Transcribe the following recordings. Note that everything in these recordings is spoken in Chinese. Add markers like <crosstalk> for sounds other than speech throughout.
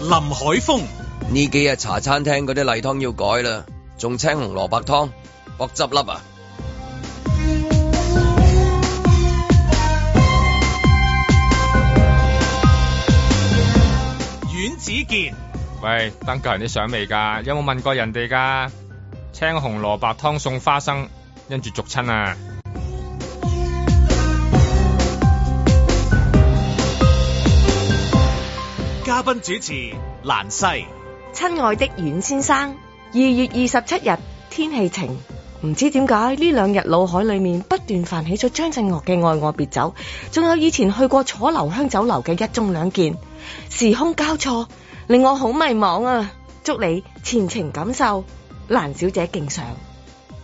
林海峰。呢幾日茶餐廳嗰啲例湯要改啦，仲青紅蘿蔔湯，搏執笠啊！阮子健、喂，登夠人啲相未㗎？有冇問過人哋㗎？青紅蘿蔔湯送花生，因住俗親啊！嘉賓主持蘭西。親愛的阮先生，二月二十七日天氣晴，唔知點解呢兩日腦海裏面不斷泛起咗張震岳嘅《愛我別走》，仲有以前去過楚留香酒樓嘅一盅兩件，時空交錯，令我好迷茫啊！祝你前程錦繡，蘭小姐敬上。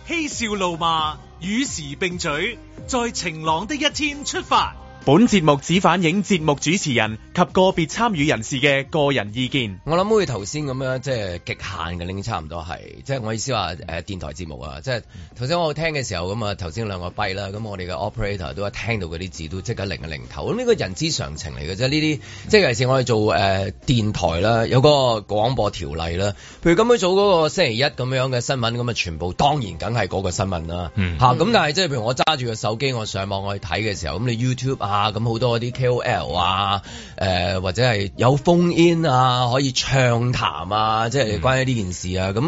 嬉笑怒罵，與時並舉，在晴朗的一天出發。本節目只反映節目主持人及個別參與人士嘅個人意見。我諗好似頭先咁樣，即係極限嘅，已經差唔多係，即係我意思話誒、呃、電台節目啊，即係頭先我聽嘅時候咁啊，頭先兩個跛啦，咁我哋嘅 operator 都一聽到嗰啲字都即刻擰一擰頭，咁呢個人之常情嚟嘅啫。呢啲即係尤其是我哋做誒、呃、電台啦，有個廣播條例啦，譬如今朝早嗰個星期一咁樣嘅新聞咁啊，全部當然梗係嗰個新聞啦，嗯嚇咁、但係即係譬如我揸住個手機，我上網我去睇嘅時候，咁你 YouTube 啊，咁好多嗰啲 KOL 啊，誒、或者係有 phone in 啊，可以暢談啊，即嗯係關於呢件事啊，咁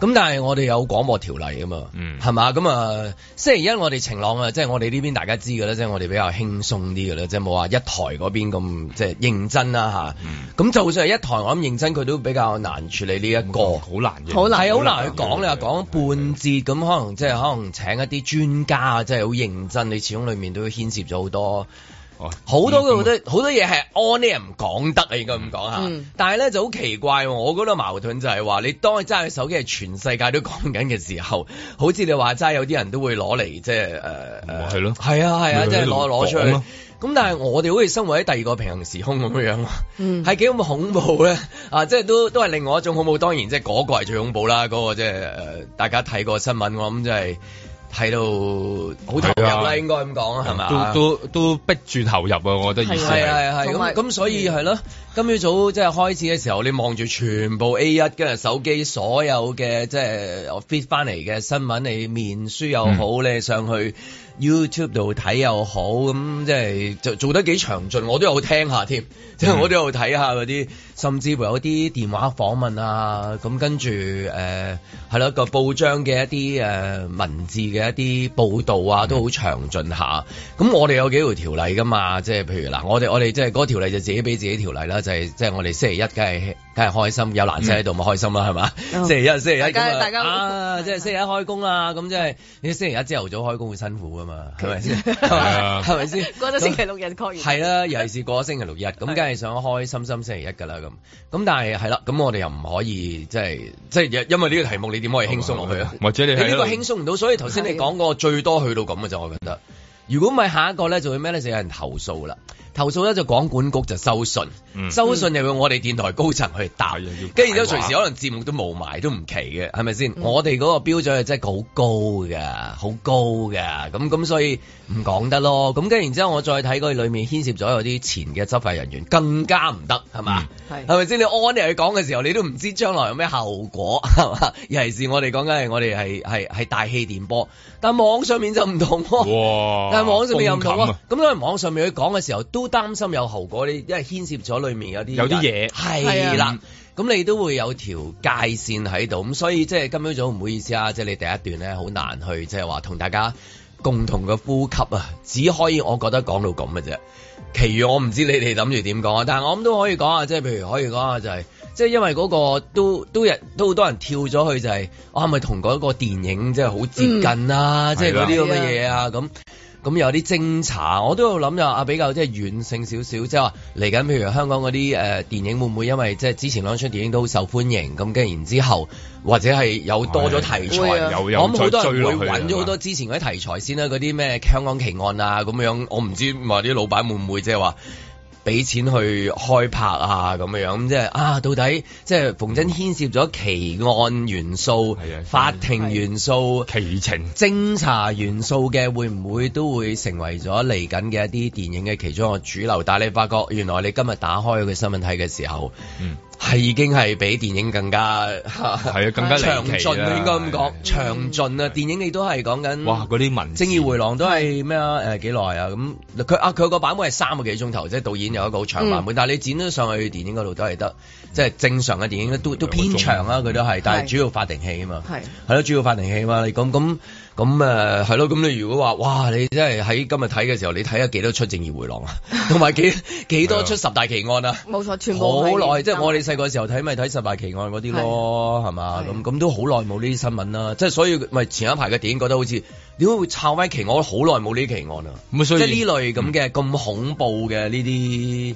咁但係我哋有廣播條例啊嘛，嗯係嘛，咁啊星期一我哋晴朗啊，即係我哋呢邊大家知㗎啦，即係我哋比較輕鬆啲㗎啦，即係冇話一台嗰邊咁即係認真啦嗯吓，咁、就算係一台我諗認真，佢都比較難處理呢、一個。好難嘅，好難係好難去講，你話講半節咁，可能即係可能請一啲專家啊，即係好認真。你始終裡面都牽涉咗好多哦好多咁好多好多嘢係 on air 唔講得啊，應該咁講嚇嗯。但係咧就好奇怪喎，我覺得矛盾就係話，你當你揸起手機係全世界都講緊嘅時候，好似你話齋有啲人都會攞嚟即係誒咪誒係咯係啊係啊，咪即係喺度攞攞出講去咯。咁但係我哋好似生活喺第二個平行時空咁樣樣啊嗯係幾咁恐怖咧？啊，即係都都係另外一種恐怖。當然，即係嗰個係最恐怖啦。嗰、個即係誒，大家睇過新聞，我諗即係睇到好投入係啦，啊應該咁講係咪啊？都都都逼住投入啊！我覺得意思係係。啊係係同埋咁咁，所以係咯。今朝早即係開始嘅時候，你望住全部 A 一，跟住手機所有嘅即係我 fit 翻嚟嘅新聞，你面書又好，你上去 YouTube 度睇又好，咁即係就做得幾詳盡。我都有聽下添， <laughs> 即嗯係我都有睇下嗰啲，甚至乎有啲電話訪問啊，咁跟住誒係咯個報章嘅一啲誒、呃文字嘅一啲報導嗯啊，都好詳盡下。咁我哋有幾條條例噶嘛，即係譬如嗱，我哋我哋即係嗰個條例就自己俾自己條例啦，就係即係我哋星期一梗係梗係開心，有男仔喺度咪開心啦，係嘛？嗯 <laughs> 星期一星期一咁啊大家大家啊，即係星期一開工啦，咁即係你星期一朝頭早開工會辛苦噶嘛，係 <laughs> 咪先？係咪啊係咪先？嗰咗星期六日確認。係啦，尤其是過咗星期六日，咁梗係想開心心星期一㗎啦，咁咁但係係啦，咁我哋又唔可以即係即係因為呢個題目，你點可以輕鬆落去啊？或者你你呢個係輕鬆唔到，所以頭先你講過最多去到咁嘅啫，我覺得。如果唔係下一個咧，就會咩咧？就有人投訴啦。投訴咧就港管局就收信，嗯收信又要我哋電台高層去答係啊要，跟住之後隨解話時可能節目都冇埋都唔奇嘅，係咪先？我哋嗰個標準係真係好高㗎，好高㗎。咁咁所以唔講得咯。咁跟住然之後我再睇嗰裏面牽涉咗有啲前嘅執法人員，更加唔得係嘛？係係咪先？你安嚟去講嘅時候，你都唔知將來有咩後果，係嘛？ <laughs> 尤其是我哋講緊係我哋係係係大氣電波，但網上面就唔同喎。哇！ <laughs> 但係網上面又唔風同琴喎啊。咁當然網上面去講嘅時候，都擔心有後果，你因為牽涉咗裡面有啲有啲人嘢係啦。咁你都會有條界線喺度，咁所以即係今朝早唔好意思啊，即係你第一段咧好難去即係話同大家共同嘅呼吸啊，只可以我覺得講到咁嘅啫。其餘我唔知你哋諗住點講啊，但係我諗都可以講啊，即係譬如可以講下就係、即係因為嗰個都都人都好多人跳咗去就係、我係咪同嗰個電影即係好接近啊，即係嗰啲咁嘅嘢啊咁。咁有啲偵查，我都有諗就啊比較即係軟性少少，即係話嚟緊，譬如香港嗰啲誒電影會唔會因為即係之前兩出電影都好受歡迎，咁跟住然之後或者係有多咗題材，會啊有有我諗好多再追人落去會揾咗好多之前嗰啲題材先啦，嗰啲咩香港奇案啊咁樣，我唔知話啲老闆會唔會即係話。俾錢去開拍啊咁樣，咁即係啊，到底即係馮真牽涉咗奇案元係素啊、法庭元素、奇情偵查元素嘅會唔會都會成為咗嚟緊嘅一啲電影嘅其中一個主流？但係你發覺原來你今日打開佢新聞睇嘅時候，嗯係已經係比電影更加係係啊更加詳離奇盡啊，啦應該咁講詳盡啊！電影你都係講緊哇！嗰啲文字正義回廊都係咩啊？誒幾耐啊？咁佢啊佢個版本係三個幾鐘頭，即係導演有一個好長版本，但係你剪咗上去電影嗰度都係得，即係正常嘅電影都都偏長啦，佢都係，但係主要法庭戲啊嘛，係係咯，主要法庭戲啊嘛，你咁咁咁誒係咯，咁你如果話哇，你真係喺今日睇嘅時候，你睇咗幾多出正義回廊啊，同埋幾幾多出十大奇案啊？冇錯，全部好係耐，即係我哋細個時候睇咪睇十大奇案嗰啲咯，係嘛？係啊咁咁都好耐冇呢啲新聞啦，即係所以咪前一排嘅電影覺得好似點解會抄翻奇案？我好耐冇呢啲奇案啦，咁啊即所係以呢類咁嘅咁恐怖嘅呢啲，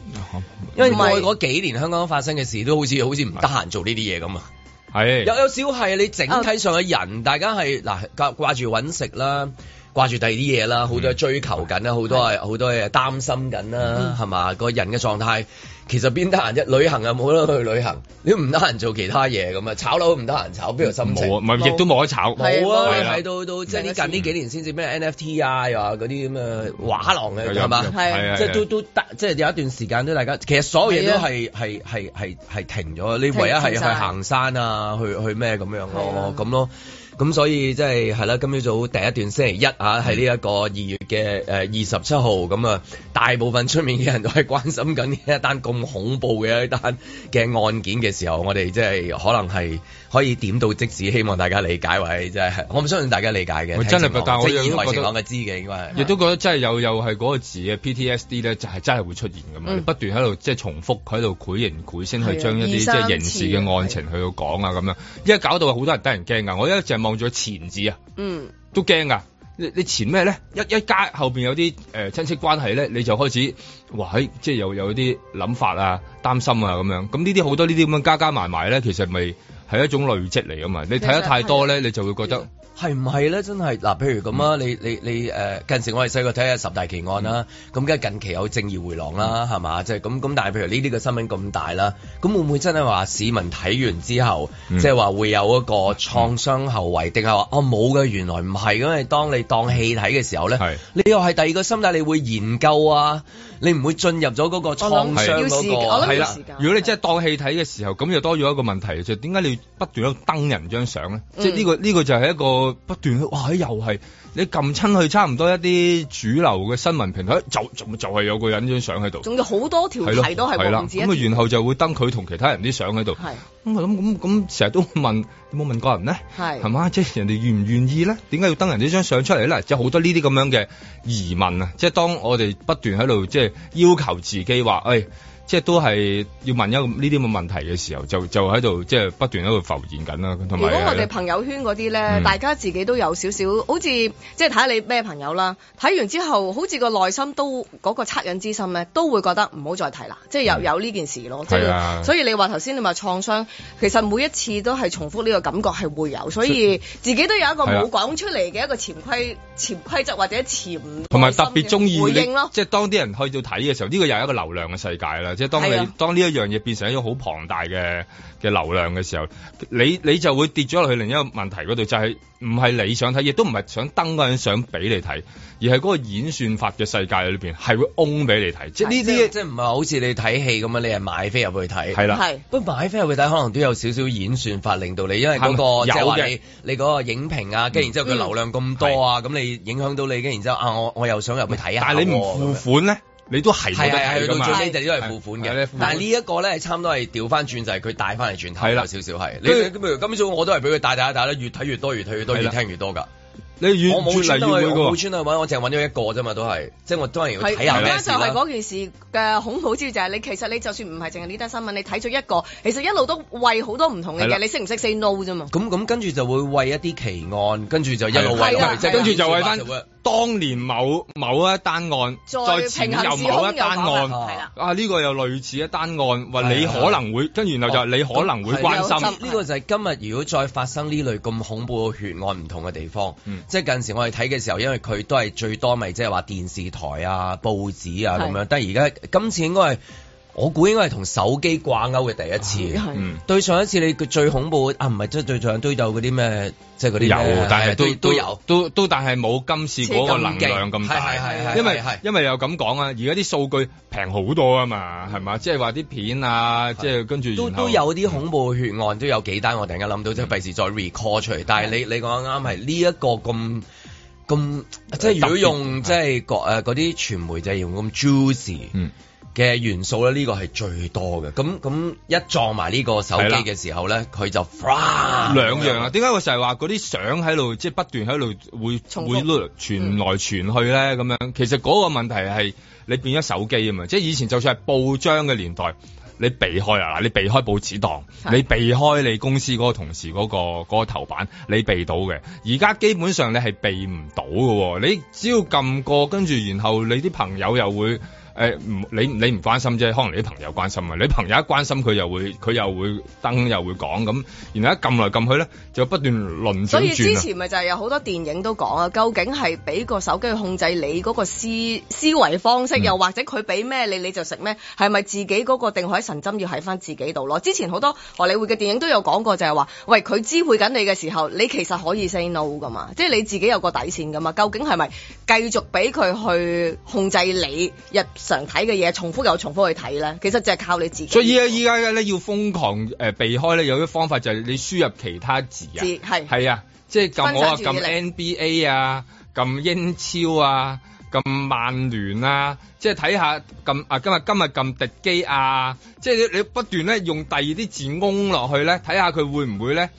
因為唔係過去嗰幾年香港發生嘅事都好似好似唔得閒做呢啲嘢咁啊。係有有少係你整體上嘅人，大家係嗱掛掛住揾食啦，掛住第二啲嘢嗯啦，好多嘢追求緊啦，好多係好多嘢擔心緊啦，係嘛？個人嘅狀態其實邊得閒啫？旅行又冇得去旅行，你都唔得閒做其他嘢咁啊！炒樓唔得閒炒，邊有心情？冇啊，唔係亦都冇得炒，冇啊！係你啦睇到到即係呢係啦近呢幾年先至咩 NFT 啊，又話嗰啲咁嘅畫廊有嘅係嘛？有係係啊即係都都得，即係有一段時間都大家，其實所有嘢都係係係係係停咗，你唯一係停去晒行山啊，去去咩咁樣係啊咯，咁咯。咁所以即係係啦，今朝早第一段星期一啊，嗯係呢一個二月嘅誒呃二十七號咁啊，大部分出面嘅人都係關心緊呢一單咁恐怖嘅一單嘅案件嘅時候，我哋即係可能係可以點到即止，希望大家理解或者即係我唔相信大家理解嘅。我真係聽情況但我即係亦都以為覺得情講嘅知嘅應該係。亦都覺得真係有又係嗰個字嘅 PTSD 咧，就係真係會出現咁嘛，嗯你不斷喺度即係重複喺度攰刑攰先去將一啲即係啊二係三刑事嘅案情去到講啊咁樣，依家搞到好多人得人驚㗎，我一直望住個前字啊，嗯，都驚㗎。你你前咩咧？一一家後邊有啲誒、呃、親戚關係咧，你就開始哇！嘿即係又有啲諗法啊、擔心啊咁樣。咁呢啲好多呢啲咁樣加加埋埋咧，其實咪係一種累積嚟㗎嘛。你睇得太多咧，你就會覺得係唔係咧？真係嗱，譬如咁嗯啊，你你你誒、呃近時我哋細個睇下十大奇案啦，咁梗係近期有正義回廊啦，係嘛？即係咁咁，但係譬如呢啲嘅新聞咁大啦，咁會唔會真係話市民睇完之後，嗯即係話會有一個創傷後遺，定係話哦冇嘅，原來唔係咁？你當你當戲睇嘅時候咧係，你又係第二個心態，你會研究啊，你唔會進入咗嗰個創我諗傷要時嗰、間嗯我諗要個係時啦間。如果你真係當戲睇嘅時候，咁又多咗一個問題，就點解你要不斷喺度登人張相咧？嗯即係呢個呢個就係一個不斷去哇！又係你撳親去差唔多一啲主流嘅新聞平台，就就就係有個人張相喺度。仲有好多條係咯，題都係係啦黃字一咁啊，條，然後就會登佢同其他人啲相喺度。係咁我諗咁咁成日都問，有冇問過人咧？係係嘛？即係人哋願唔願意咧？點解要登人呢張相出嚟咧？即係好多呢啲咁樣嘅疑問啊！即係當我哋不斷喺度即係要求自己話，誒、即係都係要問一個呢啲咁嘅問題嘅時候，就就喺度即係不斷喺度浮現緊啦。同如埋啊果我哋朋友圈嗰啲咧，嗯大家自己都有少少，好似即係睇下你咩朋友啦。睇完之後，好似個內心都嗰個惻隱之心咧，都會覺得唔好再提啦。即係有嗯有呢件事咯。即係係啊所以你話頭先你話創傷，其實每一次都係重複呢個感覺係會有，所以自己都有一個係啊冇講出嚟嘅一個潛規潛規則或者潛同埋特別中意回你應咯，。即係當啲人去到睇嘅時候，呢個又係一個流量嘅世界啦。即係當係你啊當呢一樣嘢變成一個好龐大嘅嘅流量嘅時候，你你就會跌咗落去另一個問題嗰度，就係唔係你想睇，亦都唔係想登嗰樣相俾你睇，而係嗰個演算法嘅世界裏邊係會嗡俾你睇。即係呢即係啲即係唔係好似你睇戲咁啊樣，你係買呃飛入去睇。係啦，係不過買飛入去睇，可能都有少少演算法令到你，因為嗰、個係即係話有嘅你你嗰個影評啊，跟住然之後佢流量咁多啊，咁、你影響到你，跟住然之後啊，我我又想入去睇下喎。但係你唔咁樣付款咧，你都係冇係得係睇係，㗎到嘛最。尾就都係付款係係你嘅付。款但係呢一個咧，差唔多係調翻轉，就係佢帶翻嚟轉頭係啦有少少係。你你譬如今朝我都係俾佢帶帶帶啦，越睇越多，越睇越多，係越啦聽越多㗎。你越越我冇嚟穿越到去，會我冇㗎喎。穿到去揾，我淨係揾咗一個啫嘛，都係。即係我當然要係睇下而咩家事就係啦。嗰件事嘅恐怖之處就係你其實你就算唔係淨係呢單新聞，你睇咗一個，其實一路都為好多唔同嘅係嘢，啦你識唔識 say no 啫嘛？咁咁跟住就會為一啲奇案，跟住就一係路啦啊為落去，即係跟住就為為翻當年某某一單案，再前平衡又時空某一單案。係啦，啊！呢、個又類似一單案，話係你啊可能會跟，然後就係你可能哦會關係心有，呢個就係今日如果再發生呢類咁恐怖嘅血案唔同嘅地方，嗯即係近時我哋睇嘅時候，因為佢都係最多咪即係話電視台啊、報紙啊係咁樣，但係而家今次應該係。我估應該係同手機掛鈎嘅第一次。係嗯，對上一次你佢最恐怖啊，唔係即係對上都有嗰啲咩，即係嗰啲咩有，但係都都都有，都都但係冇今次嗰個能量咁係係係大，係因為係係因為又咁講啊，而家啲數據平好多啊嘛，係嘛？即係話啲片啊，即係跟住都然後都有啲恐怖血案，都有幾單我突然間諗到，即係費事再 recall 出嚟。但係你你講得啱係呢一個咁。咁呃即係如果用即係個誒嗰啲傳媒就係用咁 juicy 嗯嘅元素咧，呢、個係最多嘅。咁咁一撞埋呢個手機係啦嘅時候咧，佢就兩兩樣啊。點解我成日話嗰啲相喺度即係不斷喺度會重複嗯會碌傳來傳去咧咁樣？其實嗰個問題係你變咗手機啊嘛，即係以前就算係報章嘅年代。你避開啊！嗱，你避開報紙檔，係你避開你公司嗰個同事嗰、個嗰、個頭版，你避到嘅。而家基本上你係避唔到嘅喎，你只要撳過，跟住然後你啲朋友又會誒唔、你你唔關心啫，可能你啲朋友關心啊，你朋友一關心佢又會佢又會登又會講咁，然後一撳來撳去咧就不斷輪轉轉啊。所以之前咪就係有好多電影都講啊，究竟係俾個手機去控制你嗰個思思維方式，嗯又或者佢俾咩你你就食咩，係咪自己嗰個定海神針要喺翻自己度咯？之前好多荷里活嘅電影都有講過，就係話，喂佢支配緊你嘅時候，你其實可以 say no 噶嘛，即係你自己有個底線噶嘛。究竟係咪繼續俾佢去控制你日常睇嘅嘢，重複又重複去睇咧？其實就係靠你自己。所以依家依家咧要瘋狂誒、呃避開咧，有啲方法就係你輸入其他字啊，字係係啊，即係撳我分散啊，注意撳力 NBA 啊，撳英超啊，撳曼聯啊，即係睇下撳啊今日今日撳迪基啊，即係你你不斷咧用第二啲字嗡落去咧，睇下佢會唔會咧。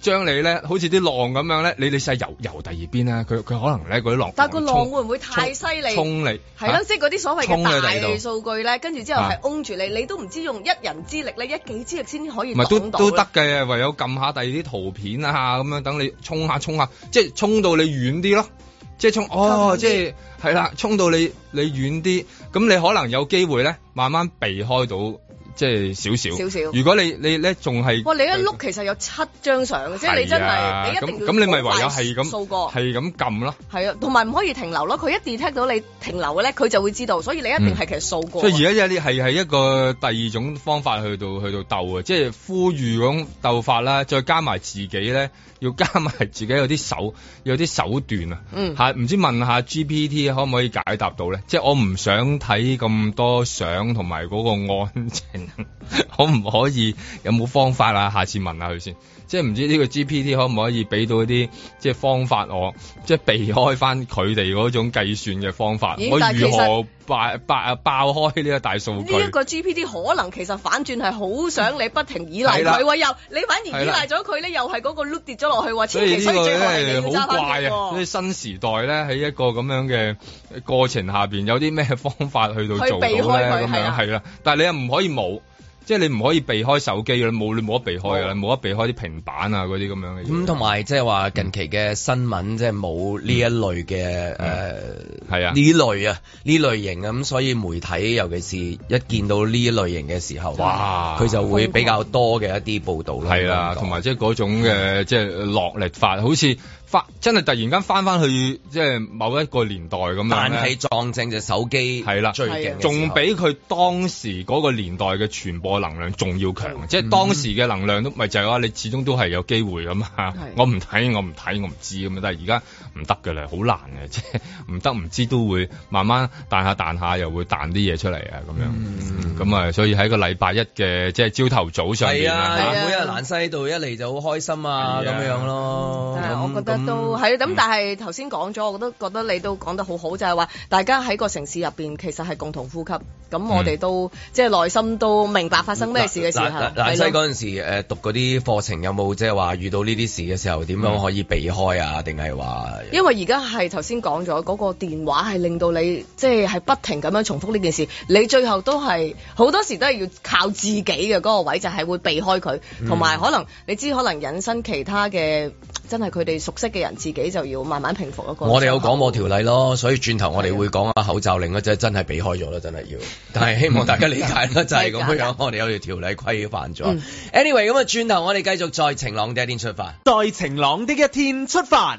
將你咧，好似啲浪咁樣咧，你你試下游游第二邊啦，佢佢可能咧嗰啲浪，但係個浪衝會唔會太犀利？衝嚟，係咯，即係嗰啲所謂衝去第嘅二大度數據咧，跟住之後啊係擁住你，你都唔知用一人之力咧，一己之力先可以唔係都擋到啊都得啦。嘅，唯有撳下第二啲圖片啊，咁樣等你衝下衝下，即係衝到你遠啲咯，即係衝哦，吸即引啲係係啦，衝到你你遠啲，咁你可能有機會咧，慢慢避開到即係少少。少少如果你你咧仲係哇！你一碌其實有七張相嘅，即係你真係你啊一定咁要咁，你咪好唯快有係咁掃過，係咁撳咯。係啊，同埋唔可以停留咯。佢一 detect 到你停留嘅咧，佢就會知道，所以你一定係其實掃過。所以而家有啲嗯係係一個第二種方法去到去到鬥啊，即係呼籲嗰種鬥法啦，再加埋自己咧，要加埋自己有啲手有啲手段啊。嗯嚇唔知問下 GPT 可唔可以解答到咧？即係我唔想睇咁多相同埋嗰個案情， <laughs> 可唔可以有冇方法啊？下次問下佢先。即係唔知呢個 GPT 可唔可以俾到一啲即係方法我，即係避開翻佢哋嗰種計算嘅方法，咦我但係其如實何爆爆爆開呢個大數據？呢一個 GPT 可能其實反轉係好想你不停依賴係啦佢喎，又你反而係依啦賴咗佢咧，又係嗰個 loop 跌咗落去喎，所千以祈所呢以個最後係你咧要好揸翻怪佢啊！所以喎，新時代咧喺一個咁樣嘅過程下邊，有啲咩方法去到做到去咧避開佢咁係樣啊係啦，但係你又唔可以冇。即係你唔可以避開手機啦，冇你冇得避開啦，冇得避開啲平板啊嗰啲咁樣嘅咁嘢。同埋即係話近期嘅新聞，即係冇呢一類嘅誒，嗯呃係啊呢類啊呢類型咁，所以媒體尤其是一見到呢一類型嘅時候，哇佢就會比較多嘅一啲報導啊啦。係啦，咁講嗯同埋即係嗰種嘅即係落力法，好似翻真係突然間翻翻去即係某一個年代咁樣呢但係撞正隻手機係啦最勁嘅時候，仲比佢當時嗰個年代嘅傳播能量仲要嗯強，即係當時嘅能量都咪就係話你始終都係有機會噶嘛係。我唔睇，我唔睇，我唔知咁啊！但係而家唔得㗎啦，好難嘅，即係唔得唔知都會慢慢彈下彈下，又會彈啲嘢出嚟啊咁樣。咁啊，所以喺個禮拜一嘅即係朝頭早上係面啊，係啊啊，每日蘭西度一嚟就好開心啊，係啊咁樣咯。但係嗯咁我覺得都咁係咁，但係頭先講咗，我都覺得你都講得好好，就係話大家喺個城市入邊其實係共同呼吸，咁我哋都即係內心都明白發生咩事嘅時候，嗯嗱嗱蘭西係咯嗰陣時誒讀嗰啲課程有冇即係話遇到呢啲事嘅時候點樣可以避開啊？定係話因為而家係頭先講咗嗰個電話係令到你即係係不停咁樣重複呢件事，你最後都係好多時都係要靠自己嘅嗰個位，就係會避開佢，嗯同埋可能你知可能引申其他嘅真係佢哋熟悉嘅人，自己就要慢慢平復一個。我哋有廣播條例咯，所以轉頭我哋會講下口罩令嗰隻真係避開咗啦，真係要。 <laughs> 但係希望大家理解啦，就係咁樣，我哋有條條例規範咗嗯。 anyway，咁啊，轉頭我哋繼續在晴朗嘅一天出發。在晴朗的一天出發。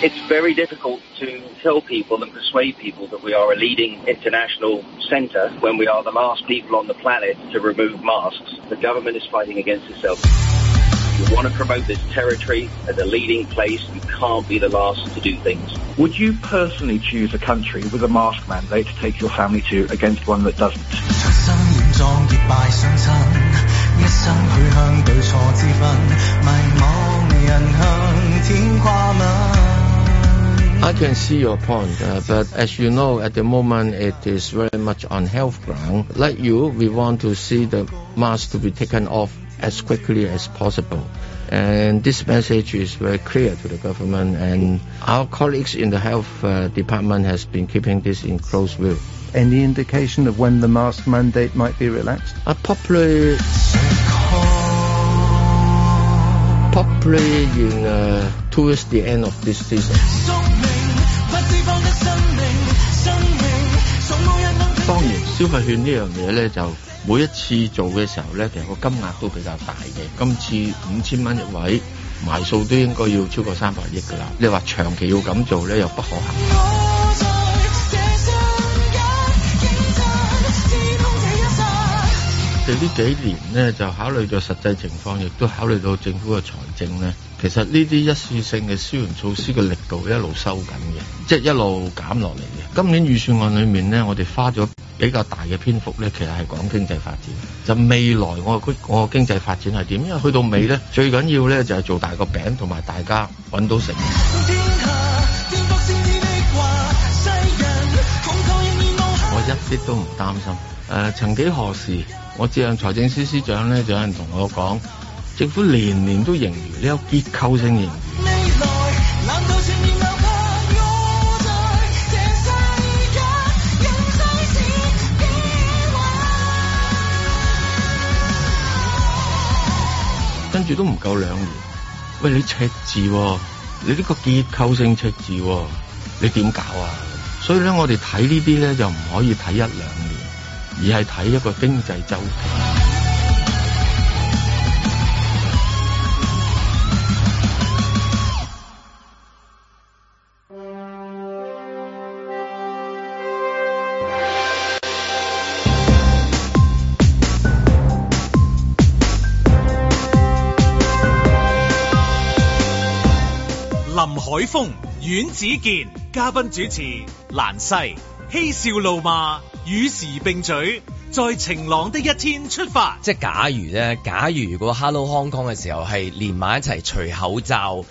It's very difficult to tell people and persuade people that we are a leading international centre when we are the last people on the planet to remove masks. The government is fighting against itself. If you want to promote this territory as a leading place, you can't be the last to do things. Would you personally choose a country with a mask mandate to take your family to against one that doesn't? 出生軟壯結拜相親，一生去向對錯之分，迷惘人向天跨吻。 I can see your point, uh, but as you know, at the moment it is very much on health ground. Like you, we want to see the mask to be taken off as quickly as possible. And this message is very clear to the government, and our colleagues in the health uh, department has been keeping this in close view. Any indication of when the mask mandate might be relaxed? Uh, probably, probably in uh, towards the end of this season. 當然消費券呢樣嘢咧，就每一次做嘅時候咧，其實個金額都比較大嘅。今次五千蚊一位，埋數都應該要超過三百億㗎啦。你話長期要咁做咧，又不可行。我哋呢幾年呢，就考慮到實際情況，亦都考慮到政府嘅財政呢。其實呢啲一次性嘅消融措施嘅力度一路收緊嘅，即係一路減落嚟嘅。今年預算案裏面呢，我哋花咗比較大嘅篇幅呢，其實係講經濟發展。就未來我個我個經濟發展係點？因為去到尾呢，最緊要呢就係做大個餅，同埋大家揾到食。我一啲都唔擔心。誒、呃曾幾何時，我接任財政司司長咧，就有人同我講，政府年年都盈餘，你有結構性盈餘。跟住都唔夠兩年，喂你赤字喎、你呢個結構性赤字喎、你點搞啊？所以咧，我哋睇呢啲咧就唔可以睇一兩年，而係睇一個經濟周期。林海峰、阮子健，嘉賓主持蘭西，嬉笑怒罵，與時並舉，在晴朗的一天出發。啊即係假如咧，假如如果 Hello Hong Kong 嘅時候係連埋一齊除口罩。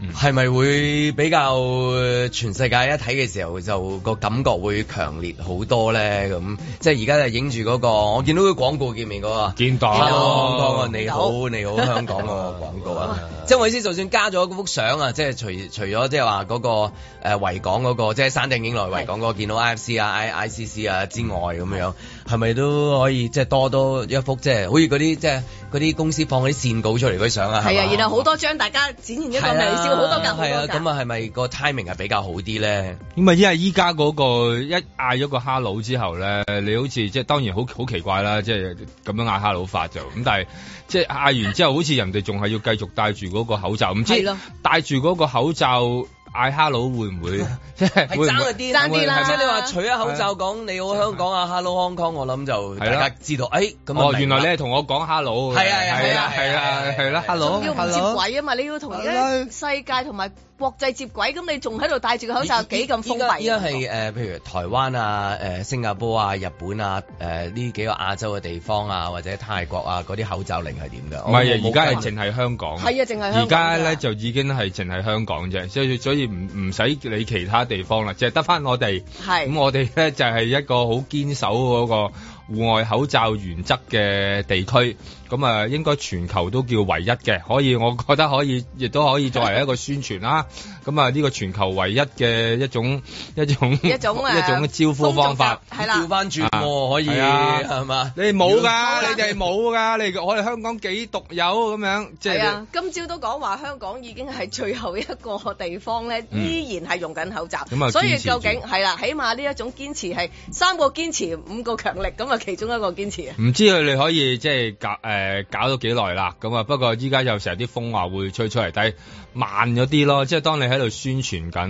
嗯係咪會比較呃全世界一睇嘅時候就個感覺會強烈好多咧？咁即係而家就影住嗰個，我見到佢廣告見面嗰個，啊見到 Hello，香港啊你好你好香港嗰個廣告啊！即係我意思，就算加咗嗰幅相啊，即係除除咗即係話嗰個誒維港嗰個，即係山頂影內維港嗰個見到 IFC 啊、I ICC 啊之外咁樣，係咪都可以即係多多一幅即係好似嗰啲即係嗰啲公司放嗰啲線稿出嚟嗰啲相啊？係係啊，嘛然後好多張大家展現一個微笑，好多格，好係啊，多咁格。啊，係咪個 timing 係比較好啲咧？咁啊，因為依家嗰個一嗌咗個哈佬之後咧，你好似即係當然好好奇怪啦，即係咁樣嗌哈佬法就咁，但係即係嗌完之後，好似人哋仲係要繼續戴住嗰個口罩，唔係知咯戴住嗰個口罩嗌哈佬會唔 <laughs> 會即係係會唔爭會一啲，爭啲啦即係你話除咗口罩講你好香港啊，Hello Hong Kong，我諗就係大啦家知道，誒咁啊哦，明原來啦你係同我講哈佬嘅，係啊係啊係啦，係係啊啦，係啊係啦係啊哈佬仲要唔接軌啊嘛？你要同而家世界同埋國際接軌，咁你仲喺度戴住個口罩，幾咁封閉？啊依家係誒，譬如台灣啊、誒、新加坡啊、日本啊、誒、呢幾個亞洲嘅地方啊，或者泰國啊，嗰啲口罩令係點㗎？唔係啊，而家係係淨係香港。係啊，淨係香港而家咧㗎就已經係淨係香港啫，所以所以唔唔使理其他地方啦，就係得翻我哋。係咁我哋咧就係一個好堅守嗰個戶外口罩原則嘅地區，咁啊應該全球都叫唯一嘅，可以我覺得可以，亦都可以作為一個宣傳啦。咁啊呢個全球唯一嘅一種一種一種啊誒一種招呼方法。風俗習係調啦，翻轉喎，啊可以係啊係嘛？你哋冇啦㗎，你哋冇㗎，你我哋香港幾獨有咁樣，即係係啊，今朝都講話香港已經係最後一個地方咧，嗯依然係用緊口罩咁啊，所以堅持住究竟係啦，起碼呢一種堅持係三個堅持，五個強力，咁啊其中一個堅持啊。唔知佢哋可以即係搞誒、誒搞咗幾耐啦，咁啊不過依家又成日啲風話會吹出嚟，但係慢咗啲咯。即係當你喺度宣傳緊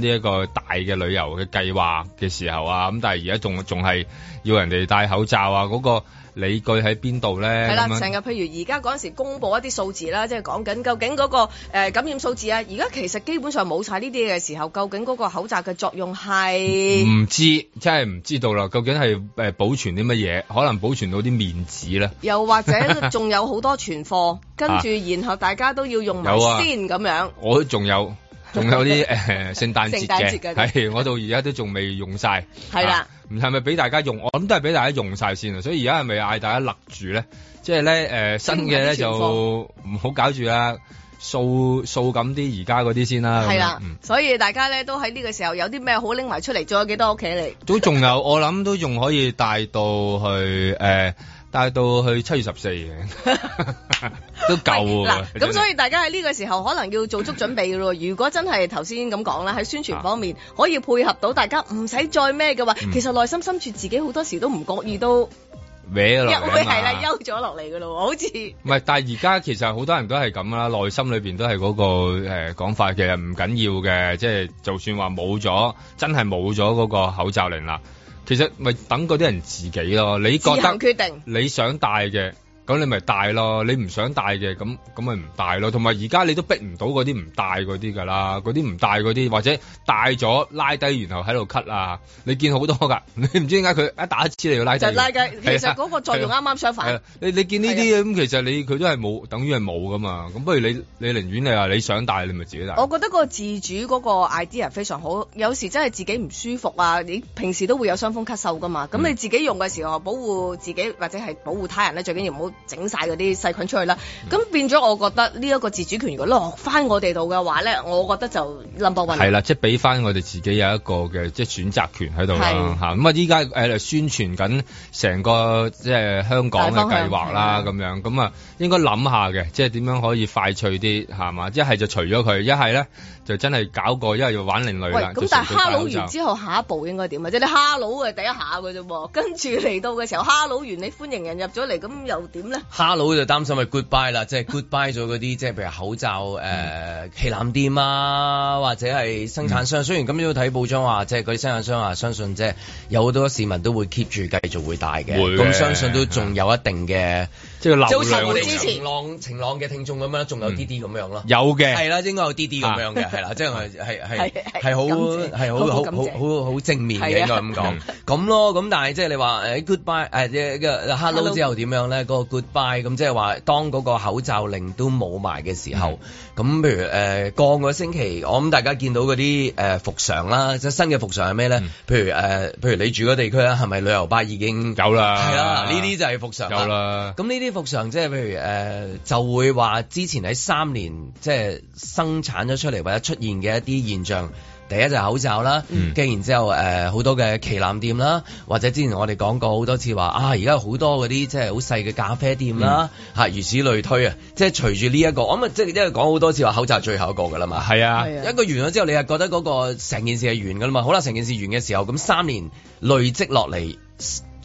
呢一個大嘅旅遊嘅計劃嘅時候啊，咁但係而家仲仲係要人哋戴口罩啊，嗰、個理據喺邊度咧？係啦，咁樣成日譬如而家嗰陣時公布一啲數字啦，即係講緊究竟嗰個呃感染數字啊，而家其實基本上冇晒呢啲嘅時候，究竟嗰個口罩嘅作用係？唔知，真係唔知道啦。究竟係誒保存啲乜嘢？可能保存到啲面子咧。又或 <laughs> 者仲有好多存貨，跟住然後大家都要用埋啊有啊先咁樣。我仲有仲有 <laughs> 啲誒呃聖誕聖節誕節嘅，嗰啲係我到而家都仲未用晒。係啦啊，唔係咪俾大家用？我諗都係俾大家用晒先啊。所以而家係咪嗌大家勒住咧？即係咧誒新嘅咧就唔好搞住啦，掃掃咁啲而家嗰啲先啦。係咁樣啦嗯，所以大家咧都喺呢個時候有啲咩好拎埋出嚟，仲有幾多屋企嚟？都仲有，我諗都仲可以帶到去誒、呃，帶到去七月十 <laughs> 四嘅， <laughs> 都夠喎嗱，。啊真咁係所以大家喺呢個時候可能要做足準備嘅咯。如果真係頭先咁講啦，喺宣傳方面可以配合到大家唔使再咩嘅話，啊嗯其實內心深處自己好多時都唔覺意都歪休落嚟啊係嘛啦，休咗落嚟嘅咯，好似係唔係，但係而家其實好多人都係咁啦，內心裏邊都係嗰、個誒、呃、講法，其實唔緊要嘅，即係就算話冇咗，真係冇咗嗰個口罩令啦，其實咪等嗰啲人自己咯。你覺自得行決定。你想戴嘅，咁你咪戴咯；你唔想戴嘅，咁咁咪唔戴咯。同埋而家你都逼唔到嗰啲唔戴嗰啲㗎啦，嗰啲唔戴嗰啲或者戴咗拉低，然後喺度咳啊，你見好多㗎。 <laughs> 你唔知點解佢一打一次你要拉低就佢，拉嘅，其係實啊嗰個作用係啊啱啱相係啊反。，你你見呢啲咁，其實你佢都係冇，等於係冇噶嘛。咁不如你你寧願你話你想戴，你咪自己戴。我覺得個自主嗰個 idea 非常好，有時真係自己唔舒服啊，你平時都會有傷風咳嗽噶嘛，咁嗯你自己用嘅時候保護自己或者係保護他人咧，最緊要唔好整晒嗰啲細菌出去啦。咁變咗，我覺得呢一個自主權如果落翻我哋度嘅話咧，我覺得就 number one 係啦，即係俾翻我哋自己有一個嘅即係選擇權喺度啦係嚇。咁啊，依家誒宣傳緊成個即係香港嘅大方計向嗯劃啦，咁樣咁啊，應該諗下嘅，即係點樣可以快脆啲係嘛？一係就除咗佢，一係咧就真係搞過，一係就玩另類喂，啦。咁就但係純粹戴哈佬口罩完之後，下一步應該點啊？即係你哈佬嘅第一下嘅啫喎，跟住嚟到嘅時候，哈佬完你歡迎人入咗嚟，咁又點咧？哈佬就擔心係 goodbye 啦，即係 goodbye 咗嗰啲，即係譬如口罩誒、嗯呃旗艦店啊，或者係生產商。雖然今朝睇報章話，即係嗰啲生產商啊，相信即係有好多市民都會 keep 住繼續會戴嘅，會嘅咁相信都仲有一定嘅，即係流量好似我哋嘅支持晴朗晴朗嘅聽眾咁樣，仲有啲啲咁樣咯。有嘅係啦，應該有啲啲咁樣嘅，啊係 <laughs> 啦，即係我係係係係係好感謝係好好好好感好謝好好正面係嘅啊應該咁 <laughs> 講。咁咯，咁但係即係你話誒 goodbye 誒嘅嘅 hello Hello 之後點樣咧？嗰、個 goodbye 咁即係話當嗰個口罩令都冇埋嘅時嗯候，咁、譬如誒、呃、過個星期，我諗大家見到嗰啲誒復常啦，即係新嘅復常係咩咧？嗯譬如誒、呃譬如你住嗰地區啦，係咪旅遊巴已經有啦係啦，呢啲就係復常有啦。咁呢啲復常即係譬如誒、呃就會話之前喺三年即係生產咗出嚟或者出現嘅一啲現象。第一就係口罩啦，嗯跟、然之後誒好、多嘅旗艦店啦，或者之前我哋講過好多次話啊，而家有好多嗰啲即係好細嘅咖啡店啦，嗯嚇、如此類推啊，即係隨住呢一個，我諗即係因為講好多次話口罩係最後一個㗎啦嘛，係啊係啊一個完咗之後，你係覺得嗰個成件事係完㗎啦嘛，好啦，成件事完嘅時候，咁三年累積落嚟。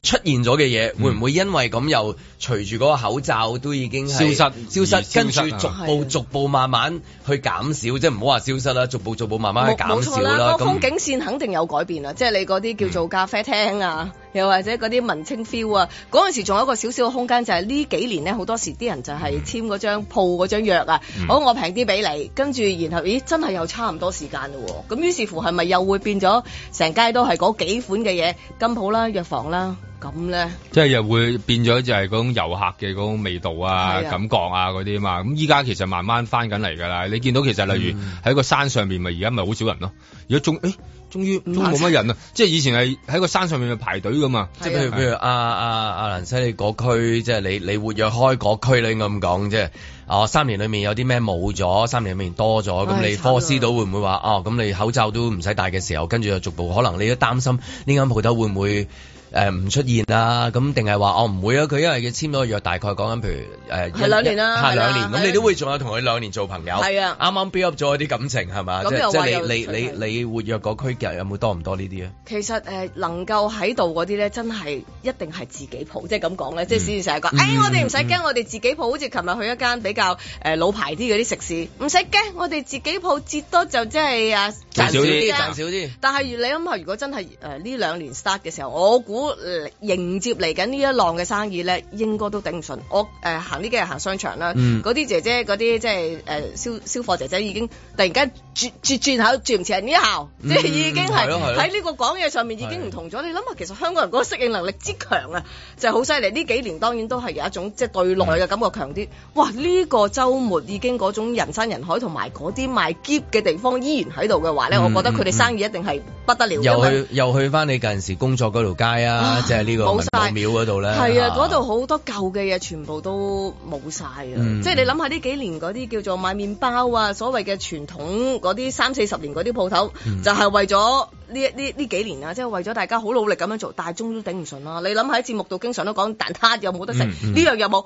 出現咗嘅嘢，嗯會唔會因為咁又隨住嗰個口罩都已經係消失消而失，跟消失住啊逐步逐步慢慢去減少，即係唔好話消失啦，逐步逐步慢慢去減冇少錯啦，個風咁嗯景線肯定有改變啦，即係你嗰啲叫做咖啡廳啊，又或者嗰啲文青 feel 啊，嗰陣時仲有一個少少嘅空間，就係呢幾年咧好多時啲人就嗯係簽嗰張鋪嗰張約啊，好我平啲俾你，跟住然後咦真係又差唔多時間咯喎，咁於是乎係咪又會變咗成街都係嗰幾款嘅嘢，金鋪啦、藥房啦，咁咧？即係又會變咗就係嗰種遊客嘅嗰種味道啊、係啊感覺啊嗰啲嘛。咁依家其實慢慢翻緊嚟㗎啦。你見到其實例如喺個山上面，咪而家咪好少人咯。而家終誒終於都冇乜人啊。即係啊以前係喺個山上面咪排隊㗎嘛。即係譬如譬如啊阿阿阿蘭西你嗰區，即係你你活躍開嗰區，你應該咁講即係哦，三年裏面有啲咩冇咗，三年裏面多咗，咁唉你慘啊科斯到會唔會話哦？咁你口罩都唔使戴嘅時候，跟住就逐步可能你都擔心呢間鋪頭會唔會？誒唔出現啊？咁定係話我唔會啊？佢因為佢簽咗個約，大概講緊譬如誒、呃、係兩年啦係係啦兩年。咁你都會仲有同佢兩年做朋友，係啊啱啱 build up 咗啲感情係嘛？咁即又係即話係有你你你你活躍嗰區嘅有冇多唔多呢啲啊？其實誒、呃能夠喺度嗰啲咧，真係一定係自己抱，即係咁講咧，即係史前成日講，誒、哎嗯我哋唔使驚，我哋自己抱，好似琴日去一間比較誒、呃老牌啲嗰啲食肆，唔使驚，我哋自己抱，折多就即係啊賺少啫啲，賺少啲。但係你諗下，如果真係誒呢兩年 start 嘅時候，我估呃迎接嚟緊呢一浪嘅生意咧，應該都頂唔順。我誒、呃行呢幾日行商場啦，嗰、嗯啲姐姐嗰啲即係誒消消貨姐姐已經突然間轉轉轉口轉唔切人呢校，嗯即係已經係係咯係咯喺呢個講嘢上面已經唔同咗。你諗下，其實香港人嗰個適應能力之強啊，就係好犀利。呢幾年當然都係有一種即係對內嘅感覺強啲。哇！呢、個週末已經嗰種人山人海同埋嗰啲賣夾嘅地方依然喺度嘅話咧，我覺得佢哋嗯嗯嗯生意一定係不得了㗎又嘛去又去翻你近時工作嗰條街啊，即係呢個冇文武晒廟嗰度咧。係啊，嗰度好多舊嘅嘢全部都冇晒啊！嗯即係你諗下呢幾年嗰啲叫做賣麵包啊，所謂嘅傳統嗰啲三四十年嗰啲鋪頭，嗯就係為咗呢呢呢幾年啊，即係為咗大家好努力咁樣做，但係終於都頂唔順啦！你諗喺節目度經常都講蛋撻有冇得食，嗯嗯呢樣有冇？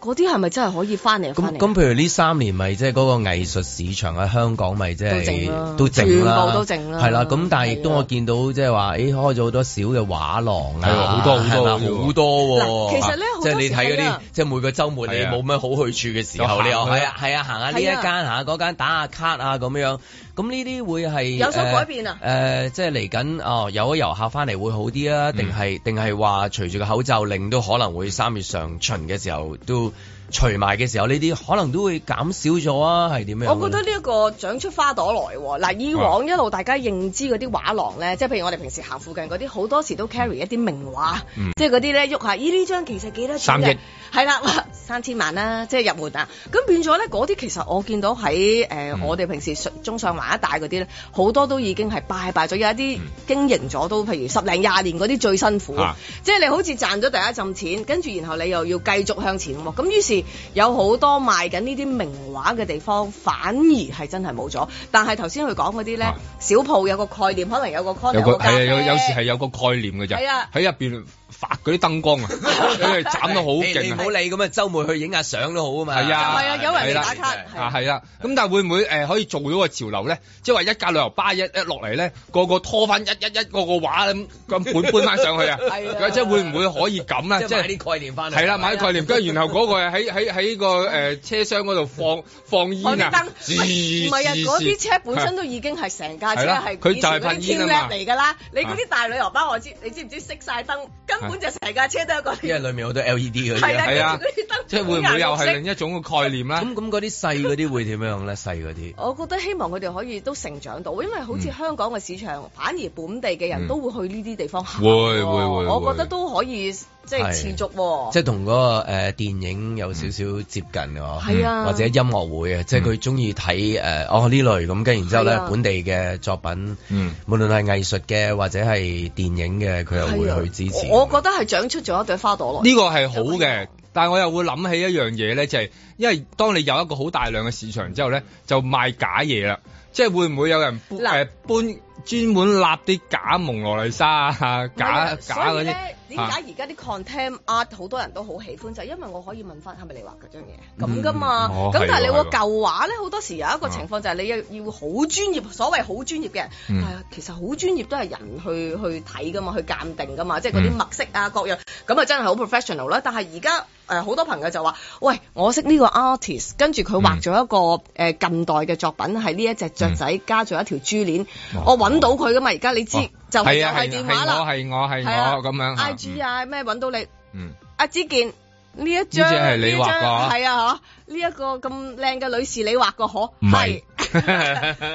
嗰啲係咪真係可以翻嚟翻嚟？咁啊咁，譬如呢三年咪即係嗰個藝術市場喺香港咪即都靜啦係都靜啦，全部都靜啦啊係啦，咁但係亦都我見到即係話，誒開咗好多小嘅畫廊係喎啊，好多好多係嘛好多嗱喎。其實咧好即多係你睇嗰時係啲啊，即係每個週末你係啊冇乜好去處嘅時候，又行你又去係啊係啊行下呢一係間啊行下嗰間打下卡啊咁樣，咁呢啲會係呃有所改變啊誒、呃即係嚟緊哦，有咗遊客翻嚟會好啲啊，定係定係話隨住個口罩令都可能會三月上旬嘅時候都除埋嘅時候，呢啲可能都會減少咗啊，係點樣呢？我覺得呢一個長出花朵來喎。嗱，以往一路大家認知嗰啲畫廊咧，即係譬如我哋平時行附近嗰啲，好多時都 carry 一啲名畫，嗯即係嗰啲咧喐下，咦呢張其實幾多錢三嘅億？係啦，哇三千萬啦，即係入門啊。咁變咗咧，嗰啲其實我見到喺誒、呃嗯我哋平時上中上環一帶嗰啲咧，好多都已經係拜拜咗，有一嗯啲經營咗都譬如十零廿年嗰啲最辛苦。啊即係你好似賺咗第一陣錢，跟住然後你又要繼續向前喎。咁於是有好多賣緊呢啲名畫嘅地方，反而係真係冇咗。但係頭先佢講嗰啲咧，小鋪有個概念，可能有個 con 啊有有個個係咖啊，啡有有時係有個概念嘅係啊啫，喺入邊發嗰啲燈 <laughs> 光啊，佢哋斬得好你你勁唔啊好！理咁啊，周末去影下相都好啊嘛。係啊，係啦啊係啦。咁但係會唔會誒可以做到個潮流咧？即係話一架旅遊巴一一落嚟咧，個個拖翻一一一個個畫咁咁本 <laughs> 搬翻上去啊！係啊即係會唔會可以咁咧？即係買啲概念翻嚟。係啊啦，買啲概念，跟住然後嗰個喺喺喺個誒車廂嗰度放放我煙啲啊燈，喂唔係啊！嗰啲車本身都已經係成架車係係啦佢就係以前嗰啲噴煙啊嘛 Q-Lab 嚟㗎啦。你嗰啲大旅遊巴我知，你知唔知熄晒燈，根本就成架車都有個因為裡面好多 LED 嗰啲。係啦啊係啊跟住嗰啲燈即係會唔會又係另一？一種嘅概念咧？咁咁嗰啲細嗰啲會點樣咧？細嗰啲。我覺得希望佢哋可以都成長到，因為好似嗯香港嘅市場，反而本地嘅人嗯都會去呢啲地方行。會會會我會覺得都可以即係係持續喎。即係同嗰個誒電影有少少接近㗎，係啊或者音樂會啊，即係佢中意睇誒哦呢類咁，跟然之後係咧啊本地嘅作品，嗯，無論係藝術嘅或者係電影嘅，佢又會去支持。啊我我覺得係長出咗一朵花朵來。呢個係好嘅，但係我又會諗起一樣嘢咧，就係、因為當你有一個好大量嘅市場之後咧，就賣假嘢啦。即係會唔會有人搬誒、搬專門立啲假蒙羅麗莎啊、假假所嗰以啲咧，點啊解而家啲 content art 好多人都好喜歡，就係因為我可以問翻係咪你畫嗰張嘢咁噶嘛。嗯哦咁係喎但係你係個喎舊畫咧，好多時有一個情況就係你要要好專業，所謂好專業嘅人，嗯但係其實好專業都係人去去睇噶嘛，去鑑定噶嗯嘛，即係嗰啲墨色啊各樣，咁啊真係好 professional 啦。但係而家誒好多朋友就話：喂，我識呢個 artist，跟住嗯佢畫咗一個誒近代嘅作品，係呢一隻雀嗯仔加咗一條珠鏈，我揾到佢噶嘛。而家你知就係係又啊係係電啊話係啦我。係我係係啊我咁樣啊 I G 啊咩揾到你，嗯，阿子健呢一張呢隻係你畫㗎啊係啊嗬，呢一個咁靚嘅女士你畫過嗬，唔係，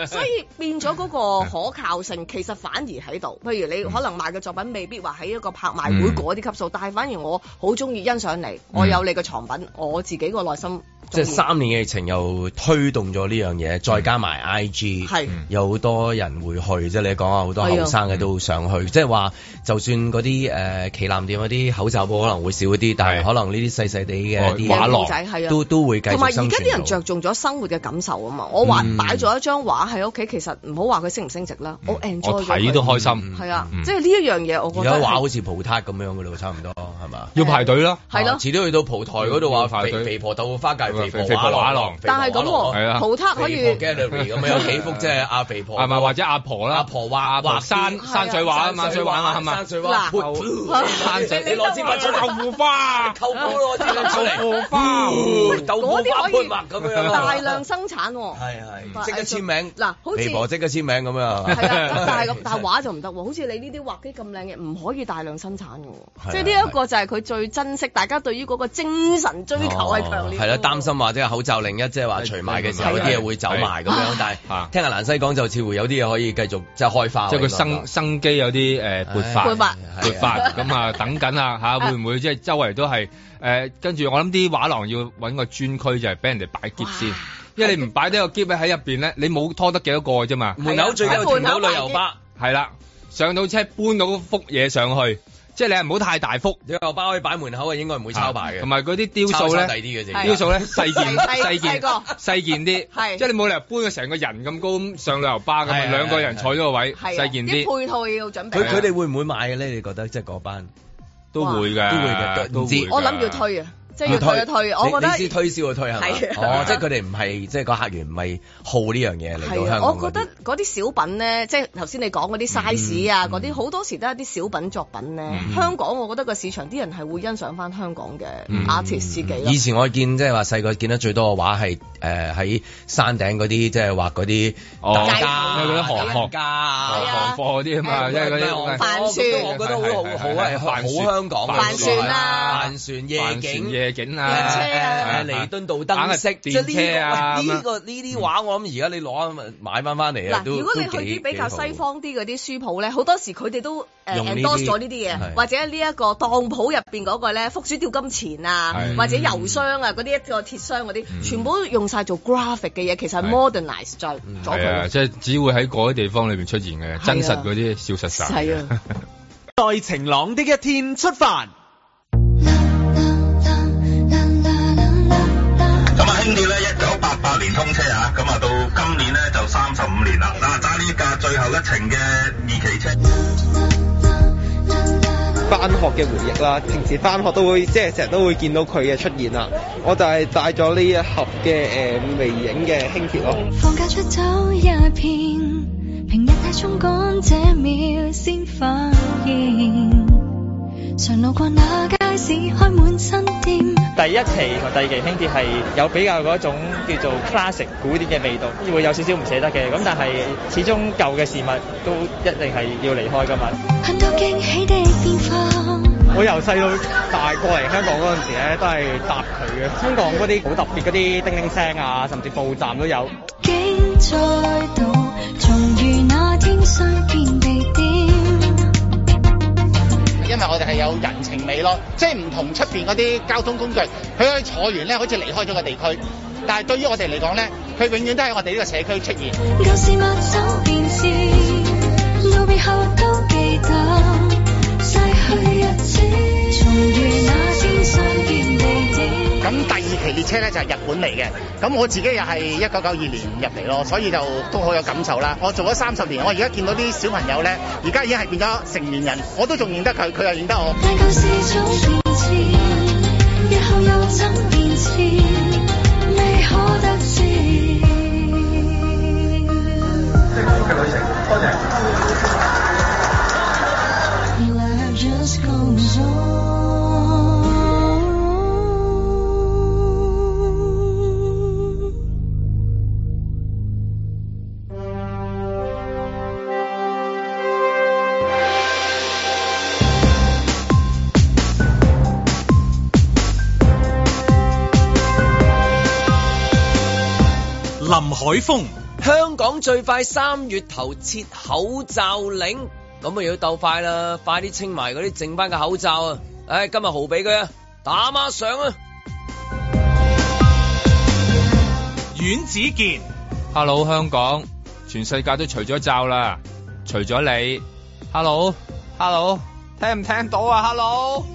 所以變咗嗰個可靠性其實反而喺度。嗯譬如你可能賣嘅作品未必話喺一個拍賣會嗰啲級數，但係反而我好中意欣賞你，我有你嘅藏品，我自己個內心嗯即係三年嘅疫情又推動咗呢樣嘢，再加埋 I G，嗯係有好多人會去，即係你講啊，好多係啊後生嘅都想啊去，即係話就算嗰啲誒旗艦店嗰啲口罩鋪可能會少啲，但係可能呢啲細細地嘅啲畫廊係啊都都會繼同埋而續生家啲存人到。着重咗生活嘅感受啊嘛，我畫嗯擺咗一張畫喺屋企，其實唔好話佢升唔升值啦，我 enjoy 哦我睇都開心咗佢係啊，嗯即係呢一樣嘢，我而覺家得話係好似葡撻咁樣噶咯，差唔多係嘛？啊要排隊啦，係咯遲啲去到蒲台嗰度話排肥隊啊肥婆豆腐花界肥婆肥婆畫畫廊廊，但係咁喎係啊葡撻可以肥婆 gallery 咁樣有幾幅 <laughs> 即係啊阿肥婆係咪或者阿婆啦？阿婆畫阿婆山山水畫啊嘛，水畫啊嘛，山水嗱畫，潑嗱潑山水，你攞支筆出嚟，豆腐花，扣波攞支筆出 <laughs> 嚟，豆腐花嗯豆腐嗰花潑墨啲咁可以樣啊大量生產喎。係哇係，即刻簽名，嗱好似肥婆即刻簽名咁樣，係啊， <laughs> 咁但係咁，但係畫就唔得喎。好似你呢啲畫啲咁靚嘅，唔可以大量生產嘅係喎。啊即係呢一個就係佢最珍惜，大家對於嗰個精神追求係強烈。係啦，擔心話即係口罩令一即係話除埋嘅時候，係有啲嘢會走埋咁樣。但係聽阿蘭西講，就似乎有啲嘢可以繼續即係開花。即係佢應該生話生機有啲誒撥發，撥哎發撥發咁啊，等緊 <laughs> 啊嚇，會唔會即係周圍都係誒？跟住我諗啲畫廊要揾個專區，就係俾人哋擺篋先，因為你唔擺呢個篋喺入邊咧，你冇拖得幾多個啫嘛。門口最緊要停到旅遊巴。係啦，上到車搬到幅嘢上去，即係你係唔好太大幅。旅遊巴可以擺門口啊，應該唔會抄牌嘅。同埋嗰啲雕塑抄手咧第啲嘅啫，雕塑咧細件細細細件啊細個細件啲，係即係你冇理由搬到成個人咁高咁上旅遊巴咁啊，係係兩個人坐咗個位哎係啊啊細件啲啲配套要準備。佢佢哋會唔會買嘅咧？你覺得即係嗰班都會嘅，都會嘅都唔知會㗎我諗要推啊，即係要推一推。我覺你你得先推銷就推係嘛係啊？哦，即係佢哋唔係即係個客源唔係好呢樣嘢嚟到係香啊，港嗰啲。我覺得嗰啲小品咧，即係頭先你講嗰啲 size 啊，嗰啲好多時都係啲小品作品咧。嗯香港我覺得個市場啲人係會欣賞翻香港嘅嗯 artist 自己咯以。前我見即係話細個見得最多嘅畫係誒喺山頂嗰啲即係畫嗰啲哦大家哦啊因為嗰啲韓學家啊係行啊貨嗰啲啊嘛，因為嗰啲哦帆我覺得船我覺得好好好係好香港啊帆船啊帆船夜帆景船。夜景電啊，車啊誒彌敦道燈飾，即電係車啊呢個喂呢個呢啲畫，我諗而家你攞買翻翻嚟嗯啊，嗱，都如果你去都幾啲比較幾好西方啲嗰啲書鋪咧，好多時佢哋都誒呃用呢啲 endorse 咗呢啲嘢，係或者呢一個當鋪入邊嗰個咧，福鼠吊金錢啊係，或者郵箱啊，嗰啲一個鐵箱嗰啲，嗯全部都用晒做 graphic 嘅嘢，其實係 modernize 咗嗯咗係啊，佢。即係只會喺嗰啲地方裏邊出現啊嘅，真實嗰啲消失晒。係 <laughs> 啊，在晴朗的一天出發。咁啊，輕鐵咧一九八八年通車啊，咁啊到今年咧就三十五年啦。嗱，揸呢架最後一程嘅二期車。翻學嘅回憶啦，平時翻學都會 <laughs> 即係成日都會見到佢嘅出現啦。我就係帶咗呢一盒嘅誒、呃微影嘅輕鐵咯。放假出走一片，平日太衝趕，這秒先發現，常路過那街市開滿新店。第一期同第二期輕鐵係有比較嗰種叫做 classic 古典嘅味道，會有少少唔捨得嘅。咁但係始終舊嘅事物都一定係要離開㗎嘛。很多驚喜的變化，我由細到大過嚟香港嗰陣時咧，都係搭佢嘅。香港嗰啲好特別嗰啲叮叮聲啊，甚至報站都有。竟再度重遇那天相見地點。因為我哋係有人情味咯，即係唔同出邊嗰啲交通工具，佢可以坐完咧，好似離開咗個地區。但係對於我哋嚟講咧，佢永遠都喺我哋呢個社區出現。舊事抹走便是，路別後都記得逝去日子，重遇那天相見地點。咁第二期列車咧就係、日本嚟嘅，咁我自己又係一九九二年入嚟咯，所以就都好有感受啦。我做咗三十年，我而家見到啲小朋友咧，而家已經係變咗成年人，我都仲認得佢，佢又認得我。但舊事早變遷，日後又怎變遷，未可得知。林海峰、香港最快三月頭撤口罩令，咁啊要鬥快啦，快啲清埋嗰啲剩翻嘅口罩啊！唉、今日豪俾佢啊，打孖上啊！阮子健 Hello 香港，全世界都除咗罩啦，除咗你。Hello Hello，聽唔聽到啊？Hello，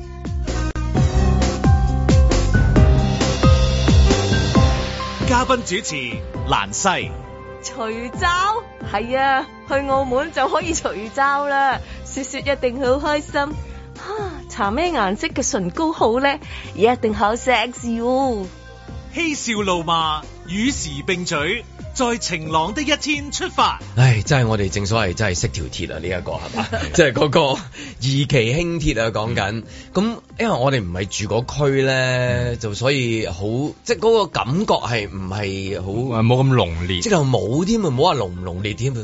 嘉賓主持蘭西。除罩係啊，去澳門就可以除罩啦。雪雪一定好開心。啊，搽咩顏色嘅唇膏好咧？一定好 sexy 喎。嬉笑怒罵，與時並舉，在晴朗的一天出發。唉，真係我哋正所謂真係識條鐵啊！呢、一個 <laughs> 係嘛，即係嗰個二期輕鐵啊，講緊咁，因為我哋唔係住嗰區咧，嗯就所以好即係嗰個感覺係唔係好冇咁濃烈，即係冇添啊，唔好話濃唔濃烈添啊，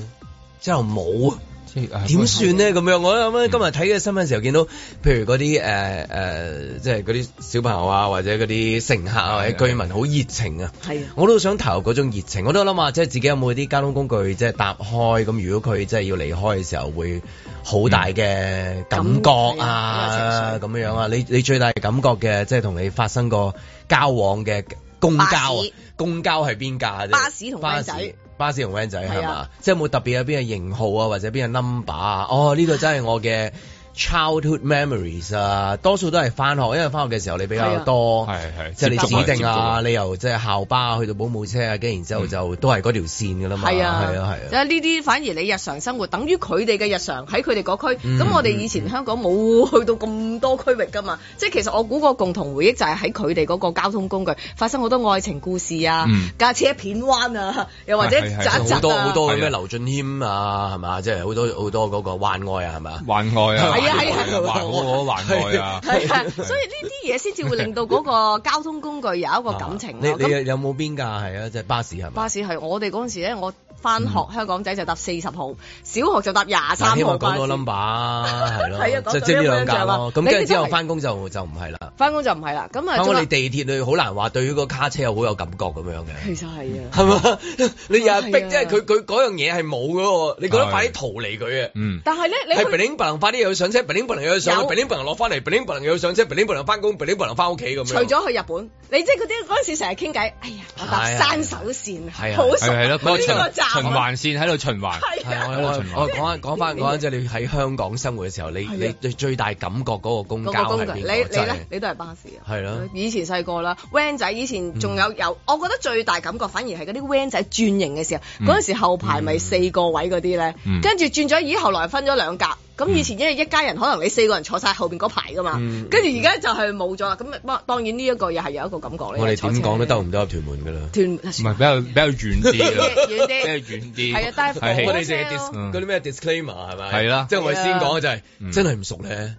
即係冇啊。點算咧？咁樣我嗯諗今日睇嘅新聞時候見到，譬如嗰啲誒誒，即係嗰啲小朋友啊，或者嗰啲乘客啊，或者居民好熱情啊。係啊，我都想投入嗰種熱情。我都諗下，即係自己有冇啲交通工具即係搭開咁。如果佢即係要離開嘅時候，會好大嘅嗯感覺啊，咁樣樣啊。你你最大嘅感覺嘅，即係同你發生過交往嘅公交啊巴士，公交係邊架啫？巴士同巴士巴士同 van 仔係係嘛啊？即係有冇特別有邊個型號啊，或者邊個 number 啊？哦，呢個真係我嘅 childhood memories 啊！多數都係翻學，因為翻學嘅時候你比係較啊多，係係即係你接觸啊指定啊，接觸啊你由即係校巴去到保姆車啊，跟住然之後就都係嗰條線㗎啦嘛，嗯係啊，係啊，即係啊。係呢啲反而你日常生活等於佢哋嘅日常喺佢哋嗰區。咁、嗯我哋以前香港冇去到咁多區域㗎嘛，即係其實我估個共同回憶就係喺佢哋嗰個交通工具發生好多愛情故事啊嗯，架、車片彎 <laughs> 啊，又或者係係窒一好窒多啊好多咩劉俊謙啊，係嘛？即係好多好多嗰個幻愛啊，係嘛？幻愛啊係啊係啊幻我幻愛啊！係啊，所以呢啲嘢先至會令到嗰個交通工具有一個感情 <laughs> <laughs> 你啊咯。咁你有冇邊架係啊？即係巴士係嘛？巴士係我哋嗰陣時咧，我翻嗯學香港仔就搭四十號，小學就搭廿啊三希號望巴講到士。 number <laughs> 係係啊講咯，即到即係呢兩呢架兩架咯。啦咁你跟住呢之後都係翻工就就唔係啦。翻工就唔係啦，咁啊，翻工仲你地鐵你好難話對嗰個卡車又好有感覺咁 <laughs> 樣嘅。其實係啊，係嘛？ <laughs> 你哦又係逼，即係佢佢嗰樣嘢係冇嗰個，你覺得快啲逃離佢啊！嗯，但係咧，你係去 bling bling 快啲又要上車，bling bling 又要上有，bling bling 落翻嚟，bling bling 又要上車，bling bling 翻工，bling bling 翻屋企咁樣。除咗去日本，你即係嗰啲嗰陣時成日傾偈，哎呀，我搭係啊山手線係啊好熟係係咯，呢嗰個個循站啊循環線喺度循環，係啊，我喺度循我我環。講翻講翻講翻，即係你喺香港生活嘅時候，你係啊你最最大感覺嗰個公嗰交個工係具，邊你你個？真係咧你都係巴士啊。係咯。嗯以前細個啦，van 仔以前仲有有，我覺得最大感覺反而係嗰啲 van 仔轉型嘅時候，嗯嗰陣時後排咪四個位嗰啲咧嗯，跟住轉咗，咦後來分咗兩格，咁以前因為一家人可能你四個人坐晒後邊嗰排噶嘛嗯，跟住而家就係冇咗啦，咁啊當然呢一個又係有一個感覺咧。我哋坐點車講都兜唔到入屯門㗎啦。屯唔係比較比較遠啲啦，遠遠啲比較遠啲。係啊但係火我哋車淨係 dis 嗯嗰啲咩 disclaimer 係咪？係啦即係我哋先講嘅就係嗯真係唔熟咧。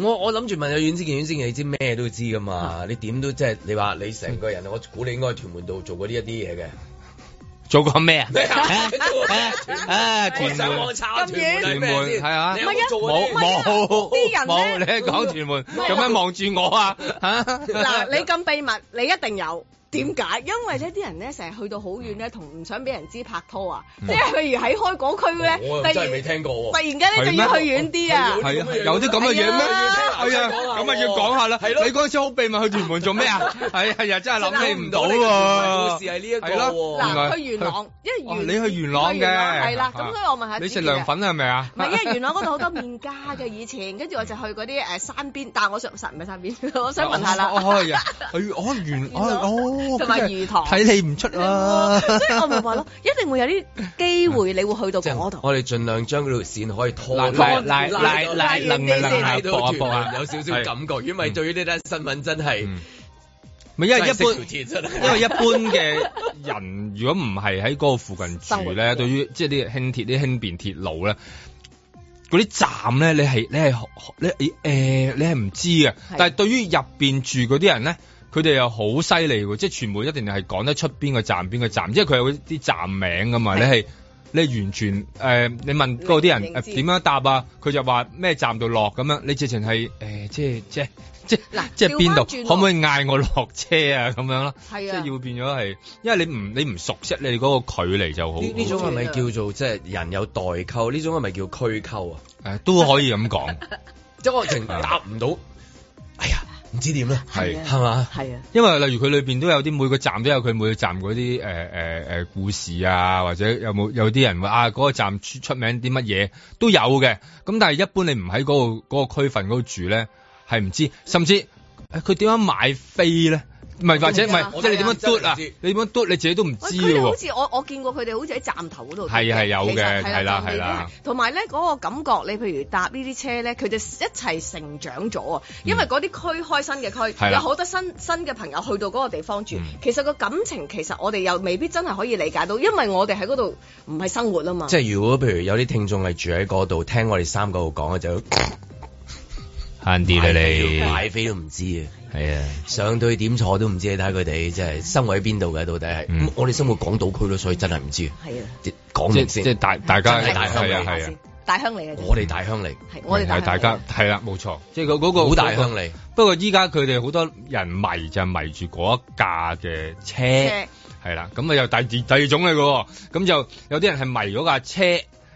我我諗住問有遠之健，遠之健你知咩都知噶嘛？你點都即係你話你 <laughs> 成個人，我估你應該喺屯門度做過呢一啲嘢嘅。做過咩啊？咩啊啊我上網查下屯門係屯咩門先係啊，你有冇冇做過冇呢啲冇，你喺講屯門，做咩望住我啊？嚇嗱，你咁秘密，你一定有。點解？因為呢啲人咧成日去到好遠嗯咧，同唔想俾人知拍拖啊！嗯即係譬如喺開港區咧，我哦突然又真係未聽過突喎。然間咧就要去遠啲啊！係啊，有啲咁嘅嘢咩？係啊，咁啊要講下啦。你嗰陣時好秘密去屯門做 <laughs> 咩啊？係啊，係啊，真係諗起唔到喎。故事係呢一個係咯喎。嗱，去元朗，因哦為元你去元朗嘅去元朗係啦，咁所以我問下你食子健啊涼粉係咪啊？唔係，因為元朗嗰度好多麵家嘅以前，跟住我就去嗰啲誒山邊，但係我想唔係山邊， <laughs> 我想問下啦。哦係啊，係哦原 <laughs> 哦哦，同埋魚塘睇你唔出啊。 <laughs> 所以我咪話咯，一定會有啲機會，你會去到嗰度。我哋盡量將嗰條線可以拖拉拉拉拉拉能嘅能拉啊，到搏一屯搏啊門，有少少感覺，因為對於呢單新聞真係。唔係因為一般真係識條鐵真係因為一般嘅人如果唔係喺嗰個附近住咧，對嗯於即係啲輕鐵、啲輕便鐵路咧。嗰啲站咧，你係你係你誒、你係唔知嘅，但係對於入邊住嗰啲人咧，佢哋又好犀利喎，即係全部一定係講得出邊個站邊個站，即係佢有啲站名噶嘛，你係你係完全誒、你問嗰啲人認誒知點樣答啊，佢就話咩站度落咁樣，你直情係誒即係即係即係即係邊調翻轉度喎可唔可以嗌我落車啊咁樣咯，係即啊係要變咗係，因為你唔你唔熟悉你嗰個距離就好，呢呢種係咪叫做即係人有代溝？呢種係咪叫區溝啊？ <laughs> 誒都可以咁講。即係我情答唔到，哎呀，唔唔知點咧，係係嘛？係啊。因為例如佢裏邊都有啲每個站都有佢每個站嗰啲誒誒誒故事啊，或者有冇有啲人話啊嗰、個站出出名啲乜嘢都有嘅。咁但係一般你唔喺嗰度嗰個區份嗰度住咧，係唔知，甚至誒佢點樣買飛咧？唔係或者唔係，即係你點樣嘟啊？你點樣嘟你自己都唔知啊佢哋喎好。似我我見過佢哋好似喺站頭嗰度，係啊係有嘅其實啊係啦係啦。仲未必同埋咧嗰個感覺，你譬如搭呢啲車咧，佢哋一齊成長咗啊！因為嗰啲區開新嘅嗯係區，啦嗯有好多新新嘅朋友去到嗰個地方住，其實個感情其實我哋又未必真係可以理解到，因為我哋喺嗰度唔係生活啊嘛。即係如果譬如有啲聽眾係住喺嗰度，聽我哋三個度講嘅就慳啲啦你買飛都唔知啊。係啊，上到去點坐都唔知，你睇佢哋即係生活喺邊度嘅到底係。咁我哋生活港島區咯，所以真係唔知。係啊，講明先，嗯即係大大家真係大鄉係啊嚟，係啊。大鄉嚟嘅啫，我哋大鄉嚟，係我哋大鄉係嚟大家係啦，冇錯，即係嗰嗰個好大嗰個鄉里。不過依家佢哋好多人迷就係迷住嗰一架嘅車，係啦，咁啊又第二第二種嚟嘅喎，咁就有啲人係迷嗰架車。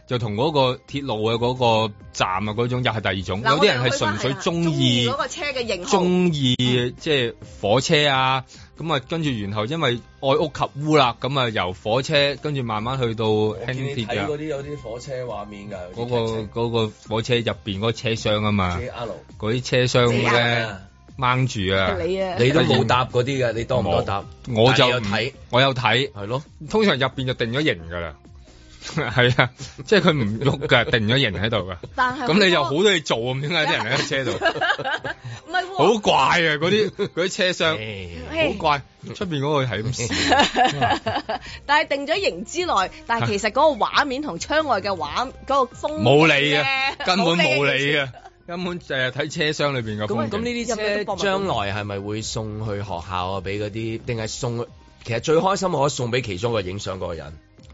就同嗰個鐵路嘅嗰個站啊，嗰種又係第二種，嗱有啲人我哋係去返純粹係啦中鍾意嗰個車嘅型號。中意即係火車啊，咁啊跟住然後因為愛屋及烏啦，咁啊由火車跟住慢慢去到輕鐵啊，啲有啲火車畫面㗎嗰、個嗰、個火車入邊嗰個車廂啊嘛，嗰啲車廂啊咧掹住啊，你啊你都冇搭嗰啲㗎，你多唔多搭？我就但係唔你有睇，我有睇，係咯，通常入邊就定咗型㗎啦。 <laughs> 係啊，即係佢唔喐㗎，定咗型喺度㗎。但係咁你就好多嘢做咁，點解啲人喺 <laughs> 車度？唔係喎，好怪啊！嗰 <laughs> 啲嗰啲車廂好怪，出邊嗰個係 <laughs> 咁笑。 <laughs> 但係定咗型之內，但係其實嗰個畫面同窗外嘅畫嗰、個風冇景理咧啊，根本冇理嘅。啊，根本就係睇車廂裏邊嘅咁風咁呢景。啲車將來係咪會送去學校啊？俾嗰啲定係送？其實最開心可以送俾其中一個影相嗰個人。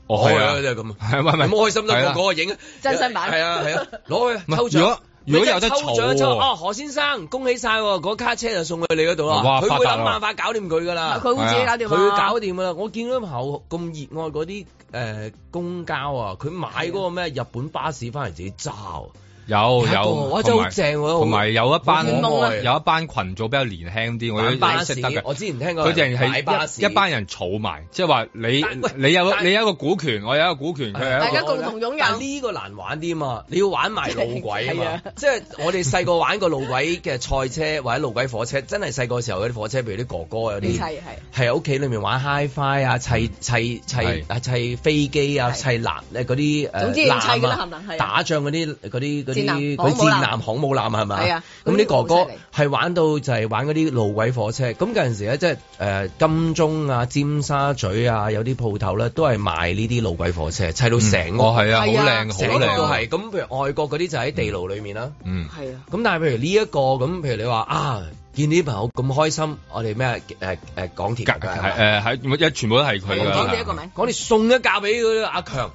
哦我係啊就係咁啊，係咪咪有冇開心得係過啦嗰個影啊真身版係啊係啊，攞去唔係抽如獎果。如果有得抽嘈獎喎抽哦，何先生恭喜晒喎，嗰卡車就送去你嗰度啦。哇佢發會達啊諗啦辦法搞掂佢噶啦，佢會自己搞掂啊佢會搞掂噶啦。我見到後咁熱愛嗰啲誒公交啊，佢買嗰個咩日本巴士翻嚟自己揸喎。有有一個有，哇真係好正喎好同埋有一班好可愛啊有一班群組比較年輕啲，我有玩巴啲士識得嘅。我之前聽過佢哋買巴士係一一班人儲埋，即係話你你有你有一個股權，我有一個股嗯權，佢有一個擁有。啊但呢個難玩啲嘛，你要玩埋 <laughs> 路軌啊係嘛啊，即係我哋細個玩過路軌嘅賽車或者路軌火車，真係細個時候嗰啲火車，譬如啲哥哥有呢啲砌嗯係啊係喺屋企裏面玩 HiFi 啊，砌砌砌啊砌飛機啊，砌艦誒嗰啲誒總之要砌㗎啦艦啊係咪係啊打仗嗰啲嗰啲嗰戰艦啲航嗰啲母艦戰艦航母艦係咪係啊咁啲哥好哥犀利係玩到就係玩嗰啲路軌火車，咁嗰陣時咧即係誒金鐘啊、尖沙咀啊，有啲鋪頭咧都係賣呢啲路軌火車，砌到成嗯個哦係啊好係靚好成個靚都係咁。譬如外國嗰啲就喺地牢裏面啦。嗯，係啊。咁但係譬如呢、一個咁，譬如你話啊，見啲朋友咁開心，我哋咩誒誒港鐵㗎係咪係誒喺一全部都係佢㗎港啦鐵一個名，港鐵送一架俾嗰啲阿強。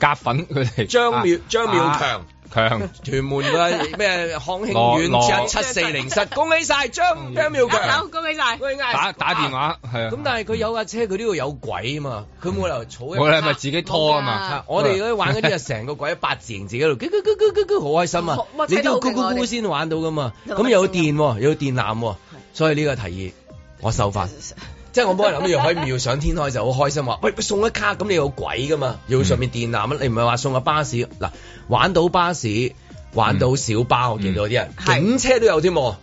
夾粉佢哋。張妙張妙強啊強屯門嘅咩康興羅苑羅七七四零室，恭喜晒張張妙強。恭喜晒，恭喜晒打打電話係咁啊，但係佢有架車，佢呢度有軌啊嘛，佢冇理由儲一我哋係咪自己拖啊架嘛？我哋嗰啲玩嗰啲係成個鬼八字形自己喺度，咕咕咕咕咕咕好開心啊哇！你都睇要咕到好勁啊我咕咕哋先玩到噶嘛。咁有電喎，有電纜喎，所以呢個提議我受法。即係我幫人諗住可以妙想天開就好開心話，喂送一卡咁你有鬼噶嘛？要上面電纜啊！你唔係話送個巴士嗱，玩到巴士，玩到小巴，我見到有啲人警車都有添喎，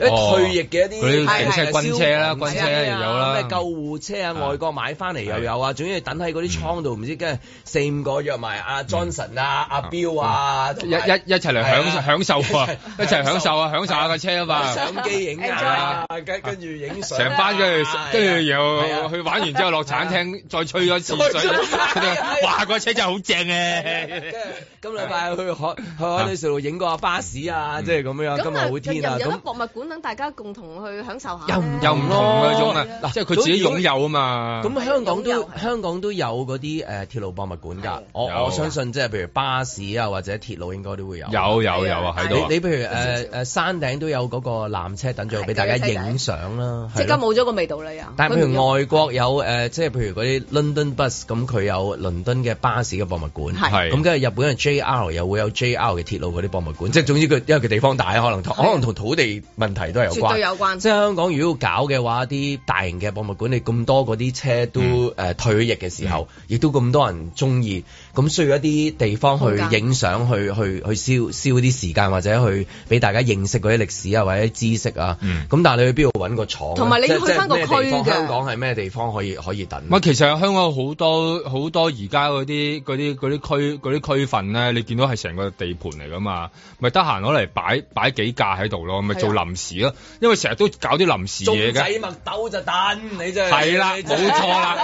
一啲退役嘅一哦哦嗰啲啊啲警車軍車啦軍車又有啦咩救護車啊，外國買翻嚟又有啊，總之等喺嗰啲倉度唔知跟住嗯四五個約埋阿 Johnson 啊、阿 Bill 啊，一一一齊嚟係啊享享受啊！一齊享受啊！享受下架車啊嘛！相機影啊，跟跟住影相啊，成班跟住跟住係啊又去玩完之後落產廳再吹咗次再吹水，係啊係啊哇！個車真係好正啊嘅。啊今禮拜去海去海底隧道影過下巴士嗯啊，即係咁樣，今日好天啊，又有得咁博物館等大家共同去享受下咧。又唔又唔同嘅種咯啊，即係佢自己擁有啊嘛。咁香港都香港都有嗰啲誒鐵路博物館㗎，我有啊我相信即係譬如巴士啊或者鐵路應該都會有。有有有啊喺度啊你你譬如誒誒山頂都有嗰個纜車等咗俾大家影相啦。即係刻咯冇咗個味道啦啊又。但係譬如外國有誒、呃即係譬如嗰啲 London Bus，咁佢有倫敦嘅巴士嘅博物館，係咁跟住日本嘅 JR 又會有 JR 嘅鐵路嗰啲博物館，即係總之佢因為佢地方大，可能同可能同土地問題題都係有絕對關。有關即係香港如果要搞嘅話，啲大型嘅博物館，你咁多嗰啲車都嗯誒、呃退役嘅時候，亦都咁多人中意，咁需要一啲地方空去間影相，去去去消消啲時間，或者去俾大家認識嗰啲歷史啊，或者知識啊。咁、但係你去邊度揾個廠啊？同埋你要即去返個即係咩地方區㗎香港係咩地方可以可以等？唔係，其實香港好多好多而家嗰啲嗰啲嗰啲區嗰啲區份咧，你見到係成個地盤嚟噶嘛，咪得閒攞嚟擺擺幾架喺度咯，咪做啊臨時咯，因為成日都搞啲臨時嘢嘅。麥兜就等 <laughs> 你真係啦，冇錯啦。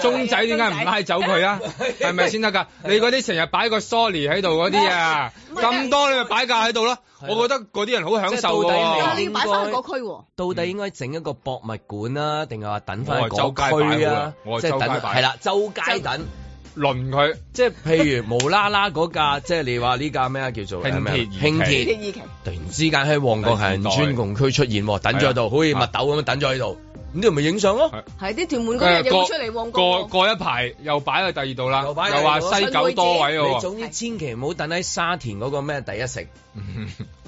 鐘仔點解唔拉走佢 <laughs> 啊？係咪先得㗎？你嗰啲成日擺個 sorry 喺度嗰啲啊，咁多你咪擺架喺度咯。我覺得嗰啲人好享受㗎但係喎你。要擺翻個區喎。到底應該整一個博物館啊，定係話等翻我係周街擺個區好啊啦？我係即係周街等擺係啦，周街等輪佢。即係譬如無啦啦嗰架，即係你話呢架咩啊叫做輕鐵咩啊二期輕呢鐵，二期突然之間喺旺角行人專共區出現喎，等咗喺啊度，好似密豆咁樣等咗喺度，咁你咪影相咯。係啲屯門嗰日又會出嚟旺角哎過喎。過一排又擺去第二度啦，又擺喺度話西九多位你喎，總之千祈唔好等喺沙田嗰個咩第一城， <laughs>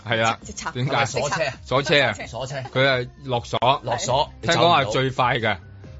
係啊即插，點係咪解 <laughs> 鎖車鎖車啊？鎖車佢係落鎖，落鎖，聽講話最快嘅，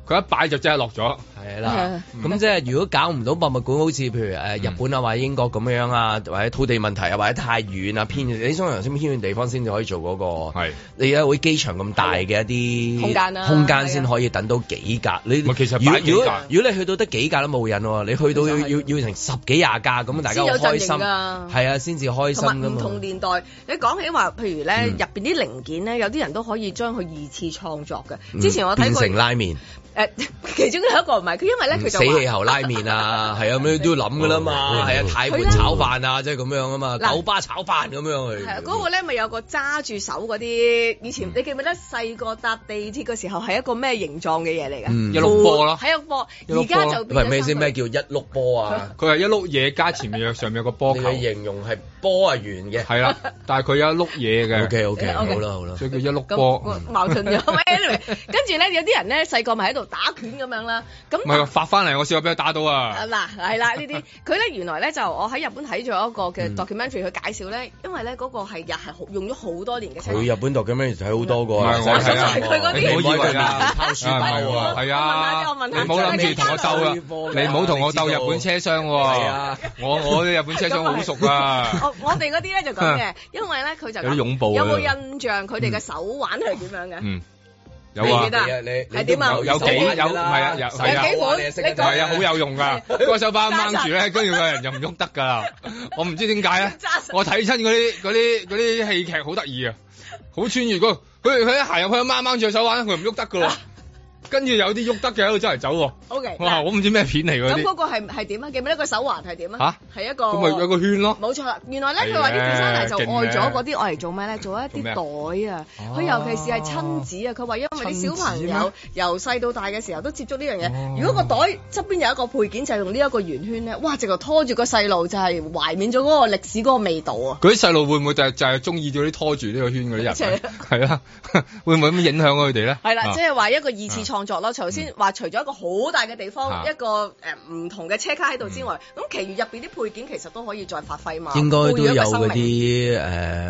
佢一擺就即刻落咗。係啦，嗯咁即係如果搞唔到博物館，好似譬如嗯誒日本啊或者英國咁樣啊，或者土地問題啊，或者太遠啊偏，嗯你想頭先偏遠地方先至可以做嗰個，係你而家會機場咁大嘅一啲空間啊啦空間先可以等到幾格。你啊其實如擺幾格如果如果你去到得幾格都冇癮喎，你去到要要要成十幾廿格咁，大家好開先有陣心，型㗎係啊，先至開心同埋㗎唔同嘛。年代，你講起話，譬如咧嗯入邊啲零件咧，有啲人都可以將佢二次創作嗯嘅。之前我睇過變成拉麵，誒， <laughs> 其中有一個唔係佢，因為咧佢死就話氣候拉 <laughs> 麵啊，係啊，咩都要諗㗎啦哦嘛，係啊，太盤炒飯啊，即係咁樣啊嘛，嗱九巴炒飯咁樣去係。啊，嗰、嗯個咧咪有個揸住手嗰啲，以前你記唔記得細個搭地鐵嘅時候係一個咩形狀嘅嘢嚟嗯㗎？一碌波咯係一碌啊波。一而碌波家就變喂咗咩先？三咩叫一碌波啊？ <laughs> 佢係一碌嘢加前面有上面有個波你球，嘅形容係波啊圓嘅，係 <laughs> 啦，但係佢有一碌嘢嘅。 OK OK，好啦好啦，所以叫一碌咁波。個矛盾 <laughs> 咗 anyway，跟住咧有啲人咧細個咪喺度打拳咁樣啦，咁唔係發翻嚟，我試過俾佢打到啊啊！嗱，係啦呢 <laughs> 啲，佢咧原來咧就我喺日本睇咗一個嗯嘅 documentary，佢介紹咧，因為咧嗰個係日係好用咗好多年嘅車，佢日本讀咁樣睇好多個唔係我係啊，佢嗰啲你唔好以為啊，拋書包啊係我啊，問你下唔好諗住同我鬥啊，你唔好同我鬥日本車廂係喎啊，我我對日本車廂好熟啊， <laughs> 我我哋嗰啲咧就咁 <laughs> 嘅，因為咧佢就有啲擁抱啊有冇印象佢哋嘅手腕係點樣嘅？嗯，有你啊記得，啊你係點啊有有幾有係啊，有係啊。有幾本？你係啊，講好有用㗎，個手把掹住咧，跟住個人就唔喐得㗎 <laughs> 啦。我唔知點解咧，我睇親嗰啲嗰啲嗰啲戲劇好得意啊，好穿越嗰佢佢一行入去掹掹住個手腕，佢唔喐得㗎 <laughs> 喎。跟住有啲喐得嘅喺度周嚟走喎。 OK，哇！嗱我唔知咩片嚟嗰咁啲嗰，個係係點啊？記唔記得個手環係點啊？係一個咁咪有個圈咯。冇錯啦，原來咧佢話啲係嘅啊 designer 就愛咗勁嘅嗰啲愛嚟做咩咧？做一做咩啲啊袋啊！佢尤其是係親子啊，佢話因為啲小朋親子咩哦友由細到大嘅時候都接觸呢樣嘢，如果個袋側邊有一個配件就係用呢一個圓圈咧，哇！直頭拖住個細路就係懷緬咗嗰個歷史嗰個味道啊！嗰啲細路會唔會就係就係中意咗啲拖住呢個圈嗰啲人啊係呢？係啦， <laughs> 會唔會咁影響佢哋咧？係啦，啊即係話一個二次創作咯。頭先話除咗一個好大嘅地方，嗯啊嗯一個誒唔同嘅車卡喺度之外，咁其餘入邊啲配件其實都可以再發揮嘛。應該都賦予有一個生嗰命啲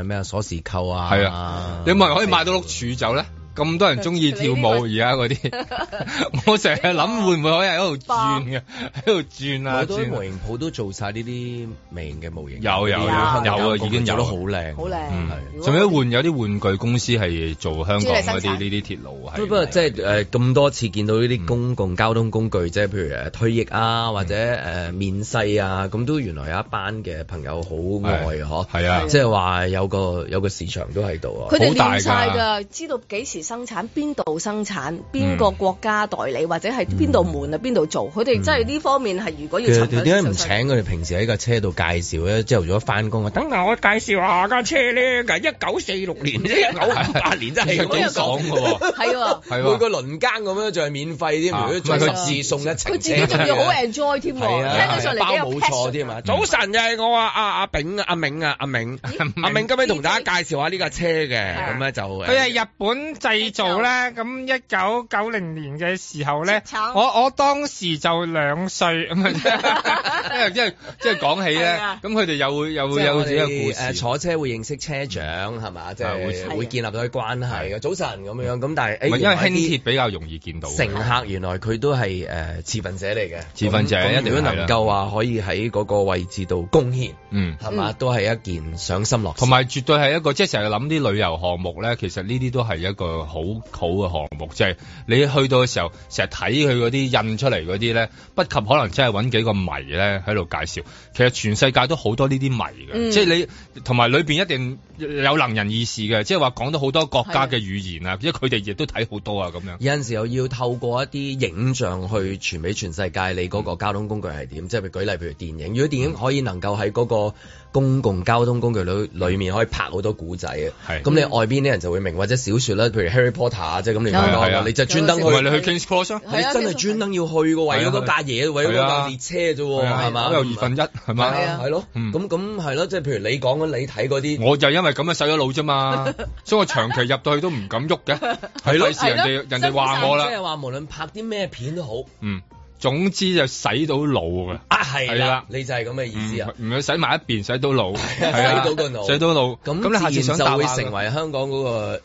誒咩啊鎖匙扣啊，係啊有冇人可以買到碌柱走咧？咁多人中意跳舞而家嗰啲， <laughs> 我成日諗會唔會可以喺度轉嘅，喺度轉啊好多模轉型鋪都做晒呢啲微型嘅模型，有有有有啊，已經有做得好靚，嗯好靚。仲有換有啲玩具公司係做香港嗰專利生啲產呢啲鐵路係不過即係誒咁多次見到呢嗯啲公共交通工具，即係譬如誒退役啊，或者誒面世啊，咁都原來有一班嘅朋友好愛係嗬，係啊即係話有個有個市場都喺度啊，佢哋練晒㗎，知道幾時生產，邊度生嗯產，邊個國家代理，或者係邊度門啊，邊度做。佢哋真係呢方面係如果要嗯其實尋求點解唔請佢哋平時喺架車度介紹咧？朝頭早 <laughs> 翻工啊，等下我介紹下架車咧，㗎一九四六年啫，一九五八年真係幾爽㗎喎係喎，係喎 <laughs> 每個輪更咁樣仲係免費添，如果再唔係佢自送一程車，啊佢自己仲要好 enjoy 添喎，係聽啊，到上嚟包幾有冇 passion 錯添嗯啊！早晨又係我啊，阿阿炳啊，阿明啊，阿明，阿明今日同大家介紹下呢架車嘅，咁咧就佢係日本製製造咧，咁一九九零年嘅時候咧切橙，我我當時就兩歲咁 <laughs> 啊，因為因為即係講起係咧啊，咁佢哋又會又會有自己嘅故誒事。坐車會認識車長係嘛，即係係會啊會建立到啲關係嘅。早晨咁樣咁，但係唔係誒因為原來輕啲鐵比較容易見到。乘客原來佢都係誒持份者嚟嘅，持份者咁咁一定如果係啦能夠話可以喺嗰個位置度貢獻，嗯係嘛，啊都係一件上心樂事。同埋絕對係一個，即係成日諗啲旅遊項目咧，其實呢啲都係一個好好嘅項目，即係你去到嘅時候，成日睇佢嗰啲印出嚟嗰啲咧，不及可能真係揾幾個迷咧喺度介紹。其實全世界都好多呢啲迷嘅，嗯即係你同埋裏邊一定有能人異士嘅，即係話講到好多國家嘅語言啊，因為佢哋亦都睇好多啊咁樣。有陣時又要透過一啲影像去傳俾全世界，你嗰個交通工具係點？即係譬如舉例，譬如電影，如果電嗯影可以能夠喺嗰個公共交通工具裏裏面可以拍好多古仔嘅，咁你外邊啲人就會明，或者小説啦，譬如 Harry Potter 啊，即係咁你係啊係啊啊講，你就專登去，同埋你去 Kings Cross 啊你真係專登要去嘅，為咗嗰架嘢，為咗嗰架列車啫喎，係嘛？都啊有二分一係嘛？嗯係啊，係咯，咁咁係咯，即係譬如你講緊你睇嗰啲，我就因為咁樣洗咗腦啫 <laughs> 嘛，所以我長期入到去都唔敢喐嘅，係咯，費事人哋人哋話我即係啦，話無論拍啲咩片都好，嗯，總之就洗到腦嘅，嗯啊係啦，你就係咁嘅意思啊。唔係洗埋一邊，洗到腦，係啊洗到個腦，洗到腦，咁咁你下次自然想搭就會下成為香港嗰個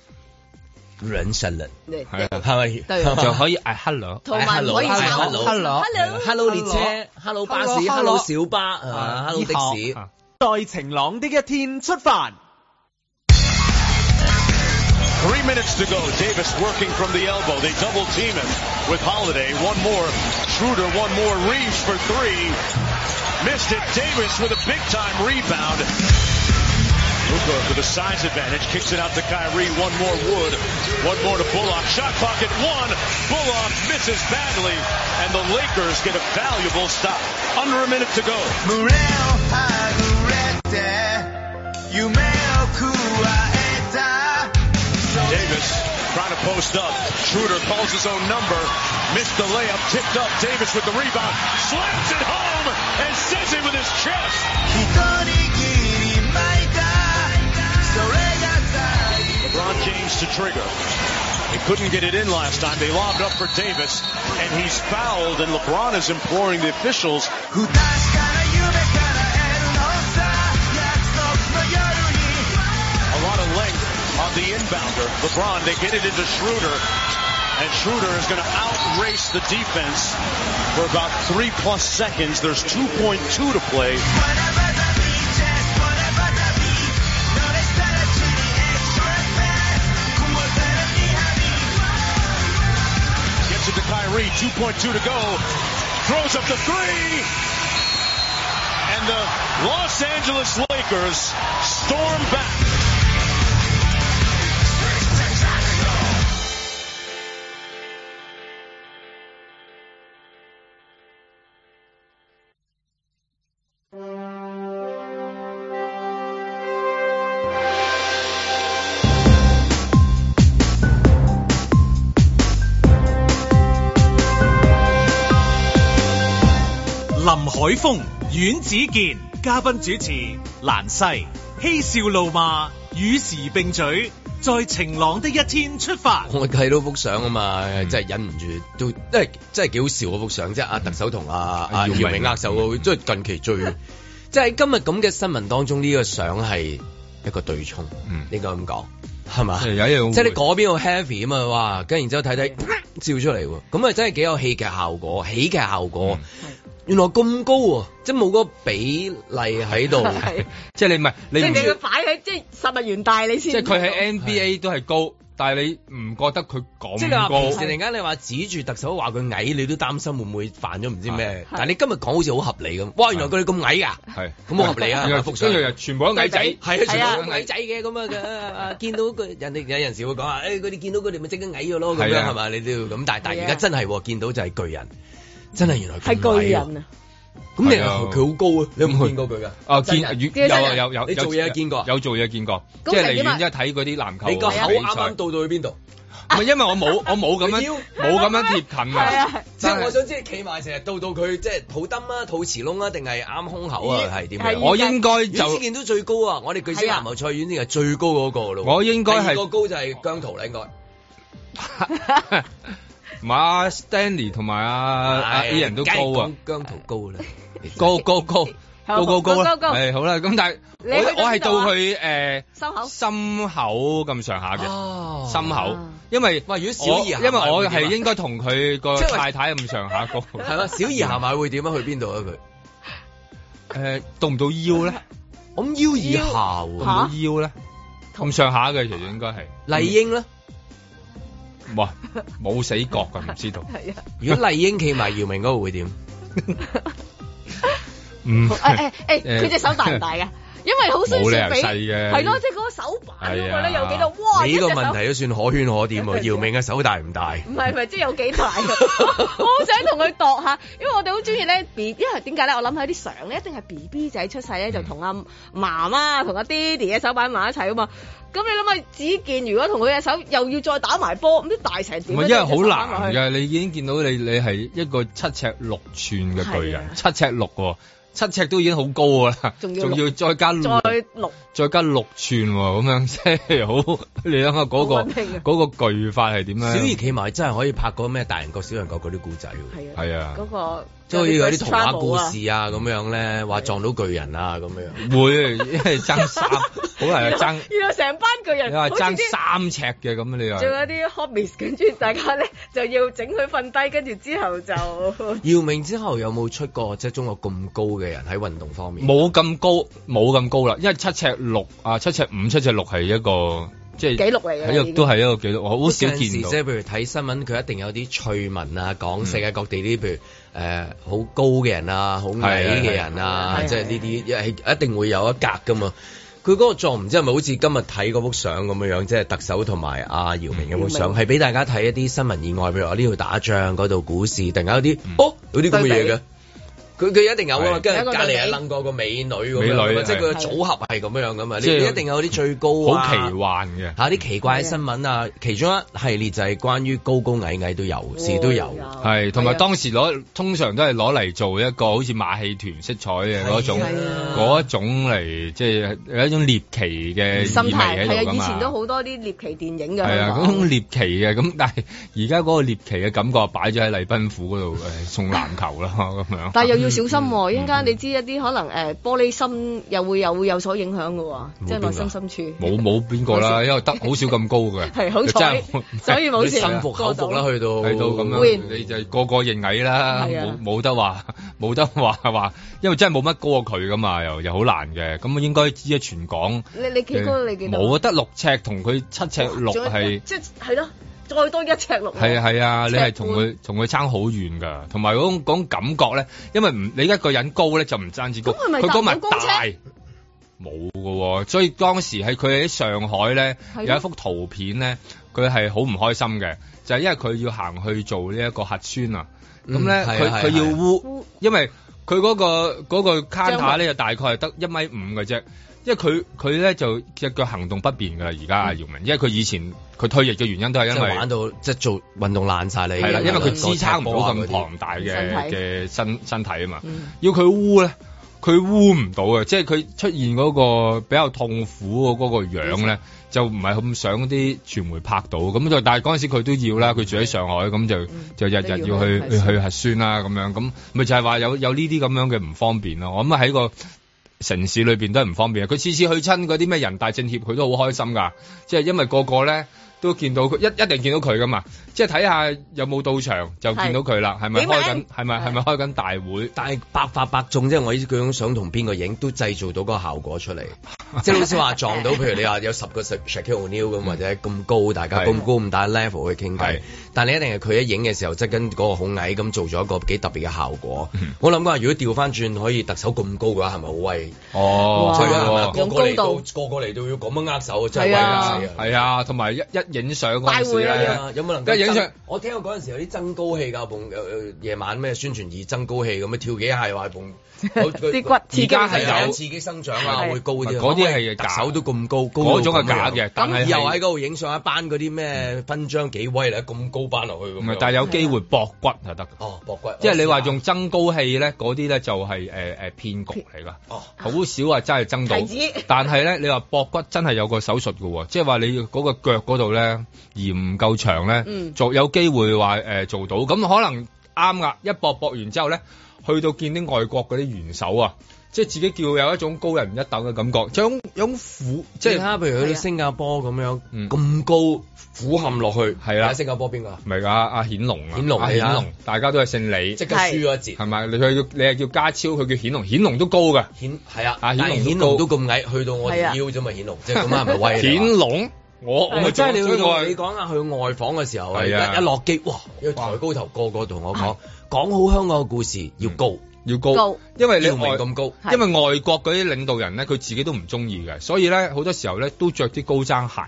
軟實力，對係啊係對咪？就可以嗌 hello，同埋唔可以 hello 哦 hello 呃 hello 列車，hello 巴士，hello 小巴，係嘛啊，hello 的以士後。在晴朗的一天出發。 Three minutes to go. Davis working from the elbow. They double team him with Holiday. One more. Schroeder, one more. Reeves for three. Missed it. Davis with a big time rebound. Luka with a size advantage kicks it out to Kyrie. One more Wood. One more to Bullock. Shot clock at one. Bullock misses badly. And the Lakers get a valuable stop. Under a minute to go. 夢をくわえた Davis trying to post up. Schroeder calls his own number. Missed the layup. Tipped up. Davis with the rebound. Slams it home and sends it with his chest. 一人きり巻いたそれが最 LeBron James to trigger. They couldn't get it in last time. They lobbed up for Davis, and he's fouled, and LeBron is imploring the officials. 不確かな夢から縁の差約束の夜 A lot of length on the inbounder. LeBron, they get it into Schroeder, and Schroeder is going to outrace the defense for about three plus seconds. There's 2.2 to play. Gets it to Kyrie, 2.2 to go. Throws up the three. And the Los Angeles Lakers storm back. 林海峰、阮子健，嘉賓主持蘭西，嬉笑怒罵，與時並舉，在晴朗的一天出發。我睇到幅相啊嘛，嗯真係忍唔住都，即係真係幾好笑嗰幅相，即係阿特首同阿阿耀嗯姚明啊明握手喎，即係近期 <laughs> 最，即係今日咁嘅新聞當中呢個相係一個對沖，應該咁講。係嘛？嗯即係有一樣即係你嗰邊好 heavy 啊嘛，哇！跟住然之後睇睇照出嚟喎，咁啊真係幾有戲劇效果，喜劇效果。嗯原來咁高喎、即係冇嗰個比例喺度係，即係你唔係即你係唔你要擺喺即係實物元大你先，即係佢喺 NBA 都係高，但係你唔覺得佢咁即係你話高平時突然間你話指住特首話佢矮，你都擔心會唔會犯咗唔知咩係？但係你今日講好似好合理咁，哇！原來佢哋咁矮㗎，係咁好合理啊！因為幅相因為全部都矮仔係啊，係啊全部都矮仔嘅咁啊嘅啊，見到佢人哋有人時會講話，誒佢哋見到佢哋咪即刻矮咗咯，咁係樣啊係嘛？你都要咁，但係但係而係家啊真係喎見到就係巨人，真係原來係咁巨矮喎人啊！咁你係啊佢好高啊？你有冇見過佢㗎？啊真見人有有有有你做嘢有見過啊？有做嘢見過，咁即係成離點啊遠一睇嗰啲籃球你個口比啱賽啱到到去邊度？唔係因為我冇我冇咁腰樣冇咁樣貼近係啊啊，即係我想知你企埋成日到到佢即係肚燈啊、肚臍窿啊，定係啱胸口啊，係點樣？我應該就阮之健都最啊高啊！我哋巨星籃球賽院呢係最高嗰個咯喎。我應該係第二個高就係姜濤啦，應該。馬 Stanley 同埋阿阿 A 人都高啊，姜濤高啦， <laughs> 高高高高高高啦，高高高係好啦，咁但係你我去到我係邊度到啊佢誒心口心口咁上下嘅，心口，啊因為喂，哦如果小我儀因行為埋我會點係啊應該同佢個即係話太太咁上下高，係係嘛？小儀行埋會點啊？去邊度啊？佢誒到唔到腰咧？咁腰以下喎，到唔到腰咧？咁上下嘅其實應該係麗英咧？哇冇死角㗎，唔知道。係啊。如果麗英企埋姚明嗰度會點？嗯，誒誒誒，佢隻手大唔大㗎？因為好需要冇理由俾細嘅係咯，即係嗰個手板嗰個咧係啊有幾多？哇！你呢個問題題都算可圈可點啊！姚明嘅手大唔大？唔係唔係，即係有幾大㗎 <laughs> 我好想同佢度下，因為我哋好中意咧 B，因為點解咧？我諗喺啲相咧，一定係 B B 仔出世咧就同阿媽媽同阿爹哋嘅手擺埋一齊啊嘛。咁你諗下，子健如果同佢嘅手又要再打埋波，咁都大成唔點啊？係，因為好即係難隻手㗎，你已經見到你你係一個七尺六寸嘅巨人，七尺六喎，七尺都已經好高㗎啦，仲要仲要六再加六打，埋去再六。再加六寸喎，咁樣即 <laughs> 係好，你諗下嗰好個穩定啊嗰個巨法係點樣？小儀企埋真係可以拍嗰咩大人國、小人國嗰啲故仔喎。係啊係啊，嗰個即係好似有啲童話故事啊咁樣咧，話撞到巨人啊咁樣。會因為爭三，好難係 <laughs> 爭，原來成班巨人你好話似爭啲三尺嘅咁，你話仲有啲 hobbies，跟住大家咧就要整佢瞓低，跟住之後 <laughs> 就姚明之後有冇出過即係中國咁高嘅人喺運動方面？冇咁高，冇咁高啦，因為七尺六啊，七尺五、七尺六係一個即紀係錄嚟㗎啦已係一個經都係一個記錄，我好少有陣時見到嗯即。係譬如睇新聞，佢一定有啲趣聞啊，講世界各地啲譬如誒好高嘅人啊，好矮嘅人係啊，係係即係呢啲一定會有一格噶嘛。佢嗰個撞唔知係咪好似今日睇嗰幅相咁樣樣，即係特首同埋阿姚明嗰幅嗯相，係俾大家睇一啲新聞以外，譬如話呢度打仗，嗰度股市，突然間有啲嗯哦有啲咁嘅嘢嘅。佢佢一定有啊，跟住隔離有楞過個美女咁美女樣，即係佢個係組合係咁樣噶嘛，你即係你一定有啲最高啊好奇幻嘅。嚇啲奇怪嘅新聞啊，其中一系列就係關於高高矮矮都哦有，事都有。係，同埋啊當時攞通常都係攞嚟做一個好似馬戲團色彩嘅啊嗰種，嗰一種嚟即係有一種獵奇嘅心意味態喺係度啊，㗎以前都嘛。好多啲獵奇電影嘅哦係香啊，港嗰種獵奇嘅咁，但係而家嗰個獵奇嘅感覺擺咗喺禮賓府嗰度，誒送籃球啦咁樣。但係又要小心嗯喎，一陣間你知一啲可能誒玻璃心又會又會有所影響嘅喎，即係內心深處。啊冇冇邊個啦，因為得好少咁高嘅， <laughs> 係好彩所以冇你事心服過口到服啦，去到去到咁樣 Win，你就個個認矮啦，係啊冇冇得話 <laughs> 冇得話話，因為真係冇乜高過佢噶嘛，又又好難嘅，咁應該依家全港你你幾高？你幾多？冇啊，得六尺同佢七尺六仲有係。即係係咯，再多一尺六。係啊係啊，你係同半佢同佢爭好遠㗎，同埋嗰種嗰種感覺咧，因為唔你一個人高咧就唔單止高，咁係咪佢嗰搭物唔到公車大冇㗎喎，所以當時係佢喺上海咧係咯有一幅圖片咧，佢係好唔開心嘅，就係、因為佢要行去做呢一個核酸啊，咁嗯咧係啊佢係啊佢要係啊烏，因為佢嗰、個嗰、個張文 counter 咧就大概係得一米五嘅啫。因為佢佢咧就隻腳行動不便㗎啦，而家阿姚明，因為佢以前佢退役嘅原因都係因嗯即為係玩到即係做運動爛晒你。係啦，因為佢支撐唔啊到咁龐龐大嘅身體嘅身身體啊嘛嗯，要佢污咧，佢污唔到啊！即係佢出現嗰個比較痛苦嗰個樣咧，就唔係咁想啲傳媒拍到，咁就但係嗰陣時佢都要啦，佢住喺上海，咁就就日日嗯要去去去核酸啦咁樣，咁咪就係話有有呢啲咁樣嘅唔方便咯。我諗喺個城市裏邊都係唔方便嘅。佢次次去親嗰啲咩人大政協，佢都好開心㗎，即係因為個個咧都見到佢，一一定見到佢㗎嘛。即係睇下有冇到場就見到佢啦，係咪幾開名緊？係咪係咪開緊大會？但係百發百中，即係我呢種想同邊個影都製造到嗰個效果 <laughs> 出嚟。即係老師話撞到，譬如你話 <laughs> 有十個 Sha- Shaquille O'Neal 咁，或者咁高，大家係咁高咁大 level 去嗯傾偈。但你一定係佢一影嘅時候，即係跟嗰個好矮咁做咗一個幾特別嘅效果。嗯我諗過，如果調翻轉可以特首咁高嘅話，係咪好威？哦所以話係個喎個嚟到，個個嚟到要咁樣握手，真係威係唔啊死啊！係啊，同埋一一影相嗰陣時係咧啊，，有冇能一夠影相增？？我聽過嗰陣時有啲增高器㗎，蹦有有夜晚咩宣傳儀增高器咁樣跳幾下又話 <laughs> 蹦。啲骨刺激而家係係有有刺激生長啊，會高啲啊。嗰啲係特首假都咁高，高嗰種到咁係假樣嘅但係咁又係喺嗰度影上一班嗰啲咩勳章幾威啦，咁高班落去咁唔係樣。，但係有機會駁骨就得㗎。哦，博骨，即係你話用增高器咧，嗰啲咧就係誒誒騙局嚟㗎，哦好少話真係增到提子。但係咧，你話駁骨真係有個手術㗎喎，即係話你嗰個腳嗰度咧，嫌唔夠長咧嗯，做有機會話誒、呃做到，咁可能啱噶，一搏搏完之後咧，去到見啲外國嗰啲元首啊，即係自己叫有一種高人一等嘅感覺，有種有種苦，即係啊嗯你睇下譬如去到新加坡咁樣，咁高俯瞰落去，係啦睇下新加坡邊個啊？咪㗎，阿顯龍啊，顯龍阿係顯啊龍，大家都係姓李，即刻輸咗一截。係咪？你佢你係叫家超，佢叫顯龍，顯龍都高㗎，顯係啊，阿但係顯顯龍都龍都高咁矮，去到我條係啊腰啫嘛，<laughs> 顯龍，即係咁係咪威嚟啊？顯龍，我我咪係啊真係你去所以我到係你講下去外訪嘅時候啊，一係啊一落機，哇！要抬高頭，個 <laughs> 個同我啊講講好香港嘅故事，要高，嗯要高，因為你要明外咁高，因為外國嗰啲領導人咧，佢自己都唔中意嘅，所以咧好多時候咧都着啲高踭鞋。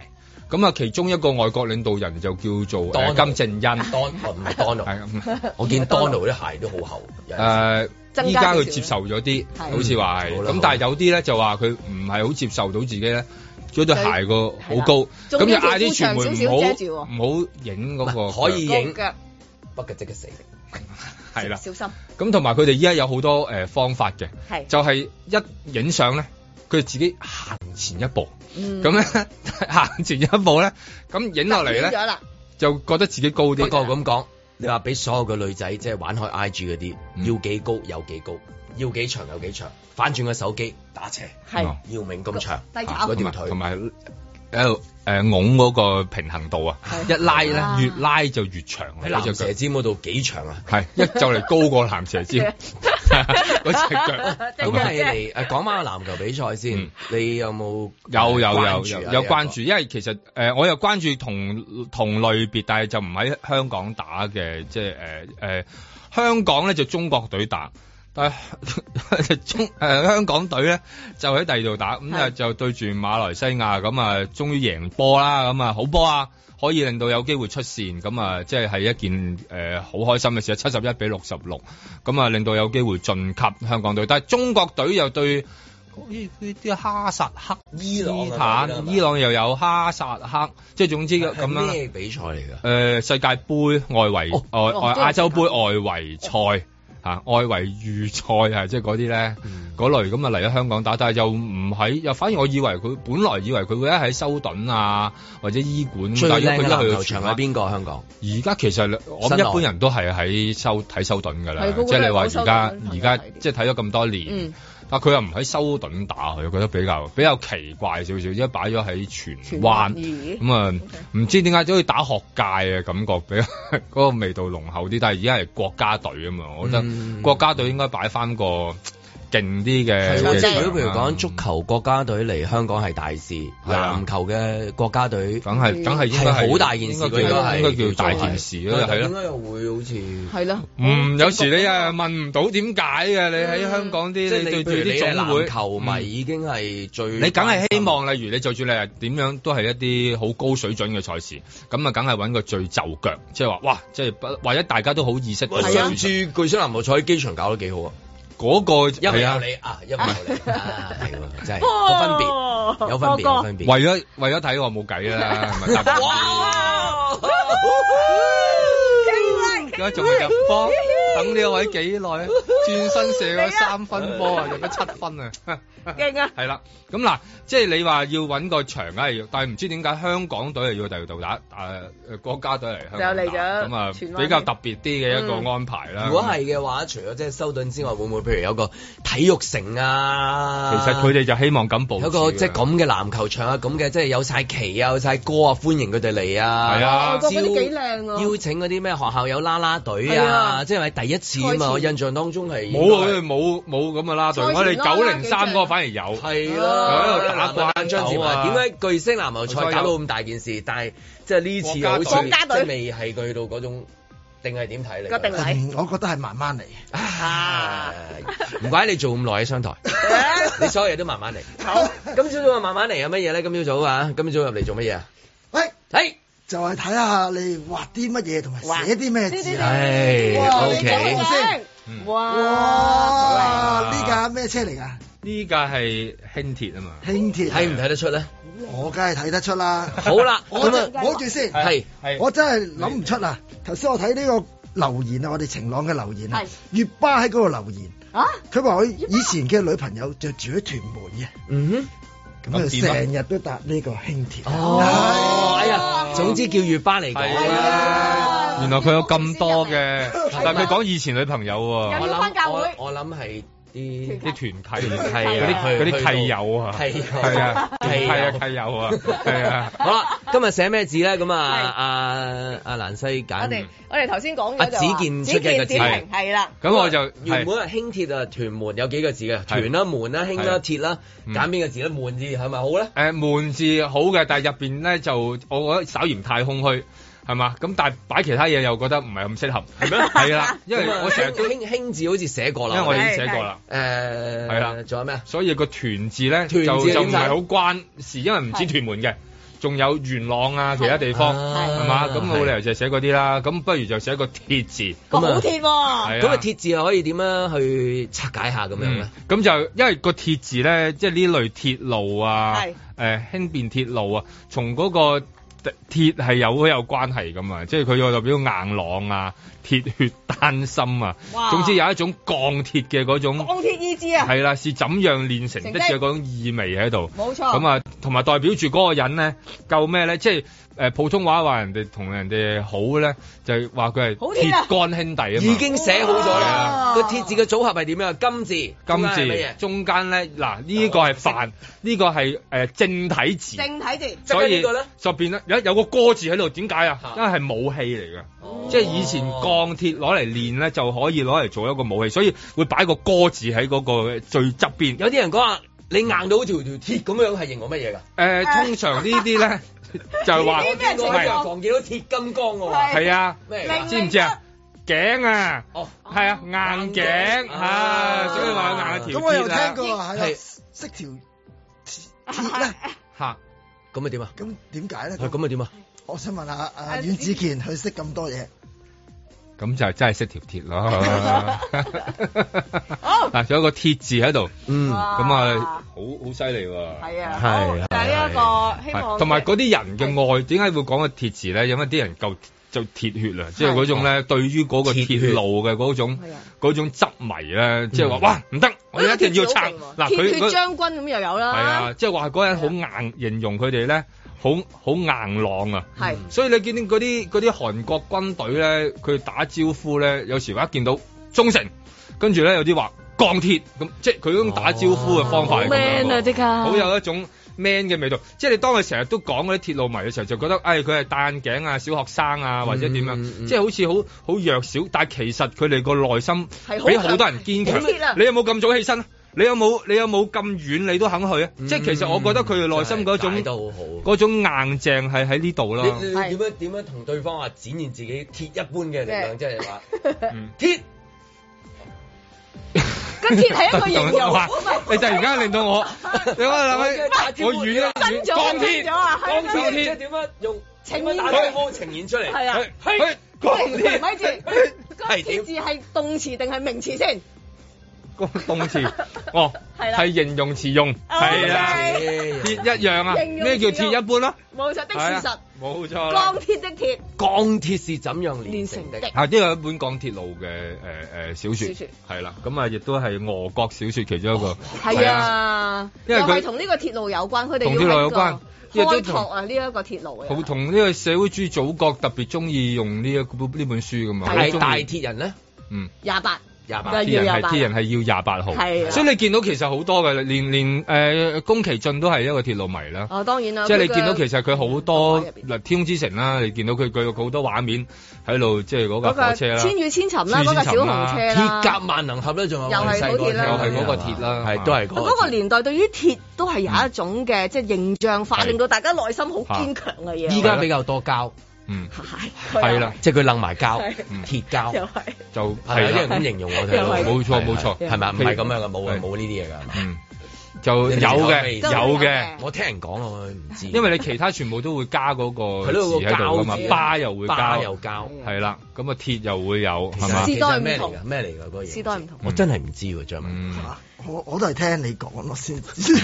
咁啊，其中一個外國領導人就叫做呃 Donald 金正恩 <laughs> ，Don 唔 <laughs> 係 Donald，係我見 Donald 啲鞋都好厚，有陣時誒，增依加家少佢少接受咗啲，係好似話係好啦咁，但係有啲咧就話佢唔係好接受到自己咧。嗰對鞋個好高，咁仲就要條嗌啲褲傳長媒少少遮住喎唔好唔好影嗰個可以影腳不過即刻死，係啦。小心。咁同埋佢哋依家有好多誒、呃方法嘅，係就係一影相咧，佢自己行前一步，嗯咁咧 <laughs> 行前一步咧，咁影落嚟就影咗咧啦，就覺得自己高啲。不過咁講，你話俾所有嘅女仔即係玩開 I G 嗰啲，要幾高有幾高，要幾長有幾長，反轉個手機打斜，係姚明咁長，低啊嗰條腿同。埋喺度誒拱嗰個平衡度啊，一拉咧啊越拉就越長啊。喺嗰隻藍腳蛇尖嗰度幾長啊？係一就嚟高過藍蛇尖嗰隻腳。咁係嚟誒講翻個籃球比賽先，你有冇有有有關注有啊有呢一個關注，因為其實誒、呃我有關注同同類別，但係就唔喺香港打嘅，即係誒誒香港咧就中國隊打，但係中誒、呃香港隊咧就喺第二度打，咁啊就對住馬來西亞，咁啊終於贏波啦，咁啊好波啊！可以令到有機會出線，咁啊，即係係一件誒好、開心嘅事，七十一比六十六，咁啊令到有機會晉級香港隊，但係中國隊又對呢啲哈薩克、伊伊啊坦、伊朗又有哈薩克，即係總之咁係咩樣。比賽嚟㗎？誒、世界盃外圍、外哦外都有亞洲盃外圍賽嚇、啊外圍預賽啊，即係嗰啲咧嗯嗰類咁啊嚟咗香港打，但係又唔喺，又反而我以為佢本來以為佢會喺修頓啊或者醫館，最但係靚因為嘅佢都去籃到球場係邊個？香港？而家其實我諗新郎一般人都係喺修睇修頓㗎啦係個個，即係你都係話講修而家頓而家即係睇咗咁多年，嗯但佢又唔喺修頓打，佢覺得比較比較奇怪少少，而家擺咗喺荃荃灣灣，咦咁啊唔知點解都好似打學界嘅感覺比較 <laughs> 嗰個味道濃厚啲，但係而家係國家隊啊嘛，我覺嗯得國家隊應該擺翻個勁啲嘅係啊嘅即係場如果譬如啦講足球國家隊嚟香港係大事，係啊籃球嘅國家隊梗係梗係應該係係好大件事，應該佢應該係應該叫大件事咯係咯應該又會好似。係咯，嗯，有時你又問唔到點解嘅，你喺香港嗯啲即係你對你住譬如你啲係總會籃球嗯迷已經係最你梗係希望，例如你就算你係點樣，都係一啲好高水準嘅賽事，咁啊，梗係揾個最就腳，即係話哇，即係不或者大家都好意識到。啊喂上次巨星籃球賽喺機場搞得幾好啊！嗰個因為係有啊你啊，因為有你啊，係喎，真係個分別，有分別，有分別。為咗為咗睇我冇計啦，係咪 <laughs> 搭飛機而家仲係入波，等呢個位幾耐啊？轉身射咗三分波啊，入咗七分啊！勁啊！係啦，咁嗱，即係你話要揾個場梗係要，但係唔知點解香港隊係要第二度打，誒、誒國家隊嚟香港打就嚟咗咁啊荃灣比較特別啲嘅一個安排啦。如果係嘅話，除咗即係修頓之外，會唔會譬如有個體育城啊？其實佢哋就希望咁佈置有個即係咁嘅籃球場啊，咁嘅即係有晒旗啊，有晒歌啊，歡迎佢哋嚟啊！係啊外國嗰啲幾靚啊！邀請嗰啲咩學校有啦啦隊係啊啊，即係咪第一次啊賽前嘛？我印象當中係冇啊，佢哋冇冇咁嘅啦隊，賽前我哋啦九零三嗰個反而有，係喺啦，度打慣張志咗啊。文點解巨星籃球賽搞到咁大件事？但係即係呢次好似國家即隊係未係去到嗰種，定係點睇你？嗯我覺得係慢慢嚟。啊唔怪你做咁耐喺商 <laughs> 台，你所有嘢都慢慢嚟。好，今朝早啊話慢慢嚟係乜嘢咧？今朝早啊，今朝早入嚟做乜嘢啊？喂，係就係睇下你畫啲乜嘢同埋寫啲咩字啊。唉哇，OK 你講下先嗯哇！啊哇！呢架咩車嚟㗎？呢架係輕鐵啊嘛，輕鐵睇唔睇得出咧？我梗係睇得出啦。好啦 <laughs> 我咁啊我住先，係係我真係諗唔出啊！頭先我睇呢個留言啊，我哋晴朗嘅留言啊，月巴喺嗰度留言，啊！佢話佢以前嘅女朋友就住喺屯門嘅，嗯咁佢成日都搭呢個輕鐵。啊哦，哎呀，總之叫月巴嚟講啊啦。原來佢有咁多嘅，但係佢講以前女朋友喎。我諗我我諗係啲啲團契，團契 <laughs> 嗰啊啲嗰去啲到契友啊，契友 <laughs> 係啊，契係啊，友契友 <laughs> 啊，係啊。好啦，今日寫咩字咧？咁啊，阿阿蘭西嗯我揀哋。我哋頭先講阿嘅就子話健出嘅一個字子健子平係啦。咁我就原本係輕鐵啊，屯門有幾個字嘅，屯啦、門啦、啊輕啦、鐵啦，嗯揀邊個字咧？門字係咪好咧？誒門字好嘅，但係入邊咧就我覺得稍嫌太空虛，係嘛？咁但係擺其他嘢又覺得唔係咁適合，係 <laughs> 咩？係啦，因為咁啊我成日都輕輕輕字好似寫過啦，因為我已經寫過啦。誒，係係啦，仲有咩啊？所以個團字咧就團字就點唔係解好關事，因為唔止屯門嘅。仲有元朗啊，其他地方係係嘛？咁冇係理由就寫嗰啲啦，咁不如就寫個鐵字。個好喎鐵咁啊，鐵字又可以點樣去拆解下咁樣咧？嗯咁就因為個鐵字咧，即係呢類鐵路啊，係誒、輕便鐵路啊，從嗰個鐵係有好有關係咁啊，即係佢又代表硬朗啊、鐵血丹心啊哇，總之有一種鋼鐵嘅嗰種。鋼鐵意志啊，係啦，是怎樣練成的嘅嗰種意味喺度，冇錯咁啊，同埋代表住嗰個人咧，夠咩咧？即係誒、呃普通話話人哋同人哋好咧，就係話佢係好天啊鐵杆兄弟啊嘛。已經寫好咗係啊啦。個鐵字嘅組合係點樣？金字，金中間係乜字嘢中間咧，嗱呢個係繁，呢個係誒正體字，正體字。所即係呢以個咧就變咗有有個歌字喺度，點解啊？因為係武器嚟嘅，即係以前鋼鐵攞嚟練咧就可以攞嚟做一個武器，所以會擺個歌字喺嗰個最側邊。有啲人講話你硬到好條條鐵咁樣係形容乜嘢㗎？誒，通常呢啲咧就係話呢啲咩情係況？啊防見到鐵金剛喎。係啊咩嚟㗎，哦知唔知啊？頸啊，係啊，硬頸啊，所以話有硬一條咁我又鐵啊聽過話係識條鐵 <laughs> 咧，嚇，咁咪點啊？咁點解咧？係咁咪點啊？我想問下阿阮子健，佢識咁多嘢，咁就真係識條鐵 <laughs> 咯。哦嗱，仲有個鐵字喺度，嗯，咁啊，好好犀利喎。係啊，好係但係呢一個希望係同埋嗰啲人嘅愛，點解會講個鐵字咧？因為啲人夠就鐵血啊，即係嗰種咧，對於嗰個鐵路嘅嗰種嗰種執迷咧，即係話哇唔得，我一定要撐嗱鐵佢血嗰將軍咁又有係啦啊，，即係話嗰人好啊硬，形容佢哋咧好好硬朗啊。係所以你見到嗰啲嗰啲韓國軍隊咧，佢打招呼咧，有時話一見到忠誠，跟住咧有啲話鋼鐵咁，即係佢嗰種打招呼嘅方法係咁樣喎 man 啊即刻好有一種 man 嘅味道。即係你當佢成日都講嗰啲鐵路迷嘅時候，就覺得誒佢係戴眼鏡啊、小學生啊或者點樣，即係好似好好弱小，但係其實佢哋個內心係好比好多人堅強強好鐵啊。你有冇咁早起身啊？你有冇你有冇咁遠你都肯去啊？即係其實我覺得佢內心嗰種解得嗯好好嗰種硬淨係喺呢度咯。你你點樣點樣同對方話展現自己鐵一般嘅力量，即係嗯話 <laughs> 鐵。個鐵係一個 <laughs> 形容，哇唔係你突然間令到我，你我 <laughs> 諗起我遠一遠鋼鐵，啊鋼鐵啊即係鐵，點樣用情點樣打意招呼呈現出嚟？係啊係係喂鋼鐵咪住，係嗰鐵點字係動詞定係名詞先？個 <laughs> 動詞，哦，係啦係形容詞用，係啦， Okay 鐵一樣啊，形容詞用咩叫鐵一般啦？冇錯，的事係實啊，冇錯啦鋼。鐵的鐵，鋼鐵是怎樣煉成的啊！呢個一本講鐵路嘅誒誒小小説說，哦係啦，咁啊亦都係俄國小説其中一個，係，啊，因為又佢係同呢個鐵路有關，佢哋要啊同鐵路有關因為開都拓啊呢一個鐵路嘅。好同呢個社會主義祖國特別中意用呢一本呢本書噶嘛，大好鍾意大鐵人咧，嗯。廿八，要啲廿人係啊廿八啲人係要廿八號，係啊所以你見到其實好多嘅，連連誒宮崎駿都係一個鐵路迷啦。哦，當然啦，即係佢你嘅嗯見到其實佢好多嗱《天空之城》啦，你見到佢佢有好多畫面喺度，即係嗰架嗰火個車啦，千與千尋啦，嗰千與個小千尋紅啦車啦，鐵甲萬能俠咧，仲有又係嗰鐵啦又係嗰個鐵啦，係都係嗰個啊嗰個年代對於鐵都係有一種嗯嘅即係形象化，係令到大家內心好堅強嘅啊嘢。依家比較多膠，嗯，係啦，即係佢楞埋膠係，鐵膠又係就係係有啦人咁形容我又係哋，冇錯冇錯係咪唔係咁樣嘅？冇係嘅，冇呢啲嘢㗎，係嘛嗯就有嘅你哋有嘅，我聽人講我唔知，因為你其他全部都會加嗰個係咯字喺度㗎嘛個膠字，啊巴又會巴加，又膠係啦，咁啊鐵又會有，係嘛？時代唔咩嚟同㗎？咩嚟㗎？嗰個嘢時代唔同我真係唔知喎，張文。嗯我我都係聽你講 <laughs> 我先知。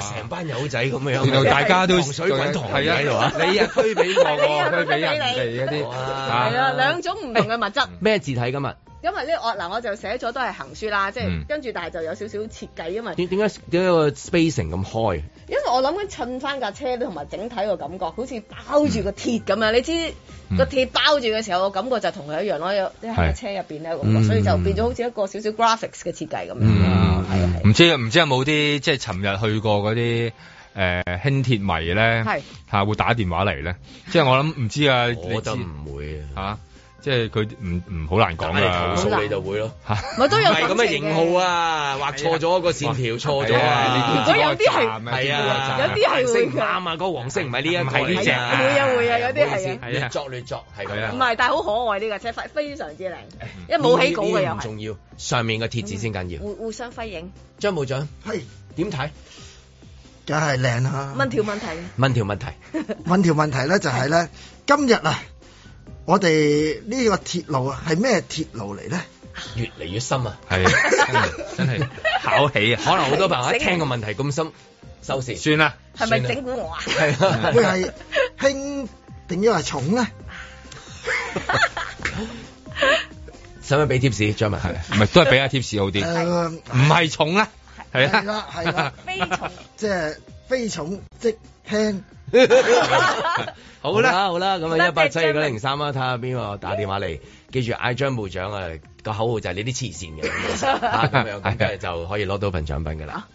成班友仔咁樣，原來大家都糖水滾糖係喺度啊啊！！你啊推俾 <laughs> 我，你啊我推俾推人俾哋嗰啲係啊。啊，兩種唔同嘅物質。咩字體今日？因為呢我嗱我就寫咗都係行書啦，即嗯係跟住但係就有少少設計，因為點點解點解個 spacing 咁開？因為我諗緊襯翻架車同埋整體個感覺，好似包住個鐵咁啊樣。你知嗯個鐵包住嘅時候，我感覺就同佢一樣咯，有即係喺車入邊咧感覺，嗯所以就變咗好似一個少少 graphics 嘅設計咁樣。嗯唔知唔知有冇啲即係尋日去過嗰啲誒輕鐵迷咧係嚇會打電話嚟咧？即係我諗唔知啊，我覺得唔會啊嚇，即係佢唔唔好難講打嚟啊。投訴你就會咯。咪都有唔係咁感情嘅嘅型號啊，畫錯咗個線條錯咗啊。如果有啲係係啊，有啲係顏色會唔啱啊，嗰個黃色唔係呢一個嚟㗎，會啊會啊，有啲係啊。劣作劣作係咁唔樣。係，但係好可愛呢架車，非非常之靚，因為冇起稿嘅又唔係重要，上面嘅貼紙先緊要。互互相輝映。張部長係點睇？梗係靚啦。問條問題，問條問題，問條問題咧就係、咧，今日啊，我哋呢個鐵路啊係咩鐵路嚟咧？越嚟越深啊！係真係考起啊！可能好多朋友一聽個問題咁深，收線算啦。係咪整蠱我啊？係啊會係輕定要係重咧？使唔使俾貼士？張文係唔係都係俾下貼士好誒、啲，唔係重啦，係係啦啊，<laughs> 係啦，非重即係非重即 <laughs> 輕。 <laughs> 好啦好啦，咁啊一八七二九零三啦，睇下邊個打電話嚟，記住嗌張部 <laughs> 長啊個口號就係你啲黐線嘅啊咁樣，咁梗係就可以攞到份獎品㗎啦。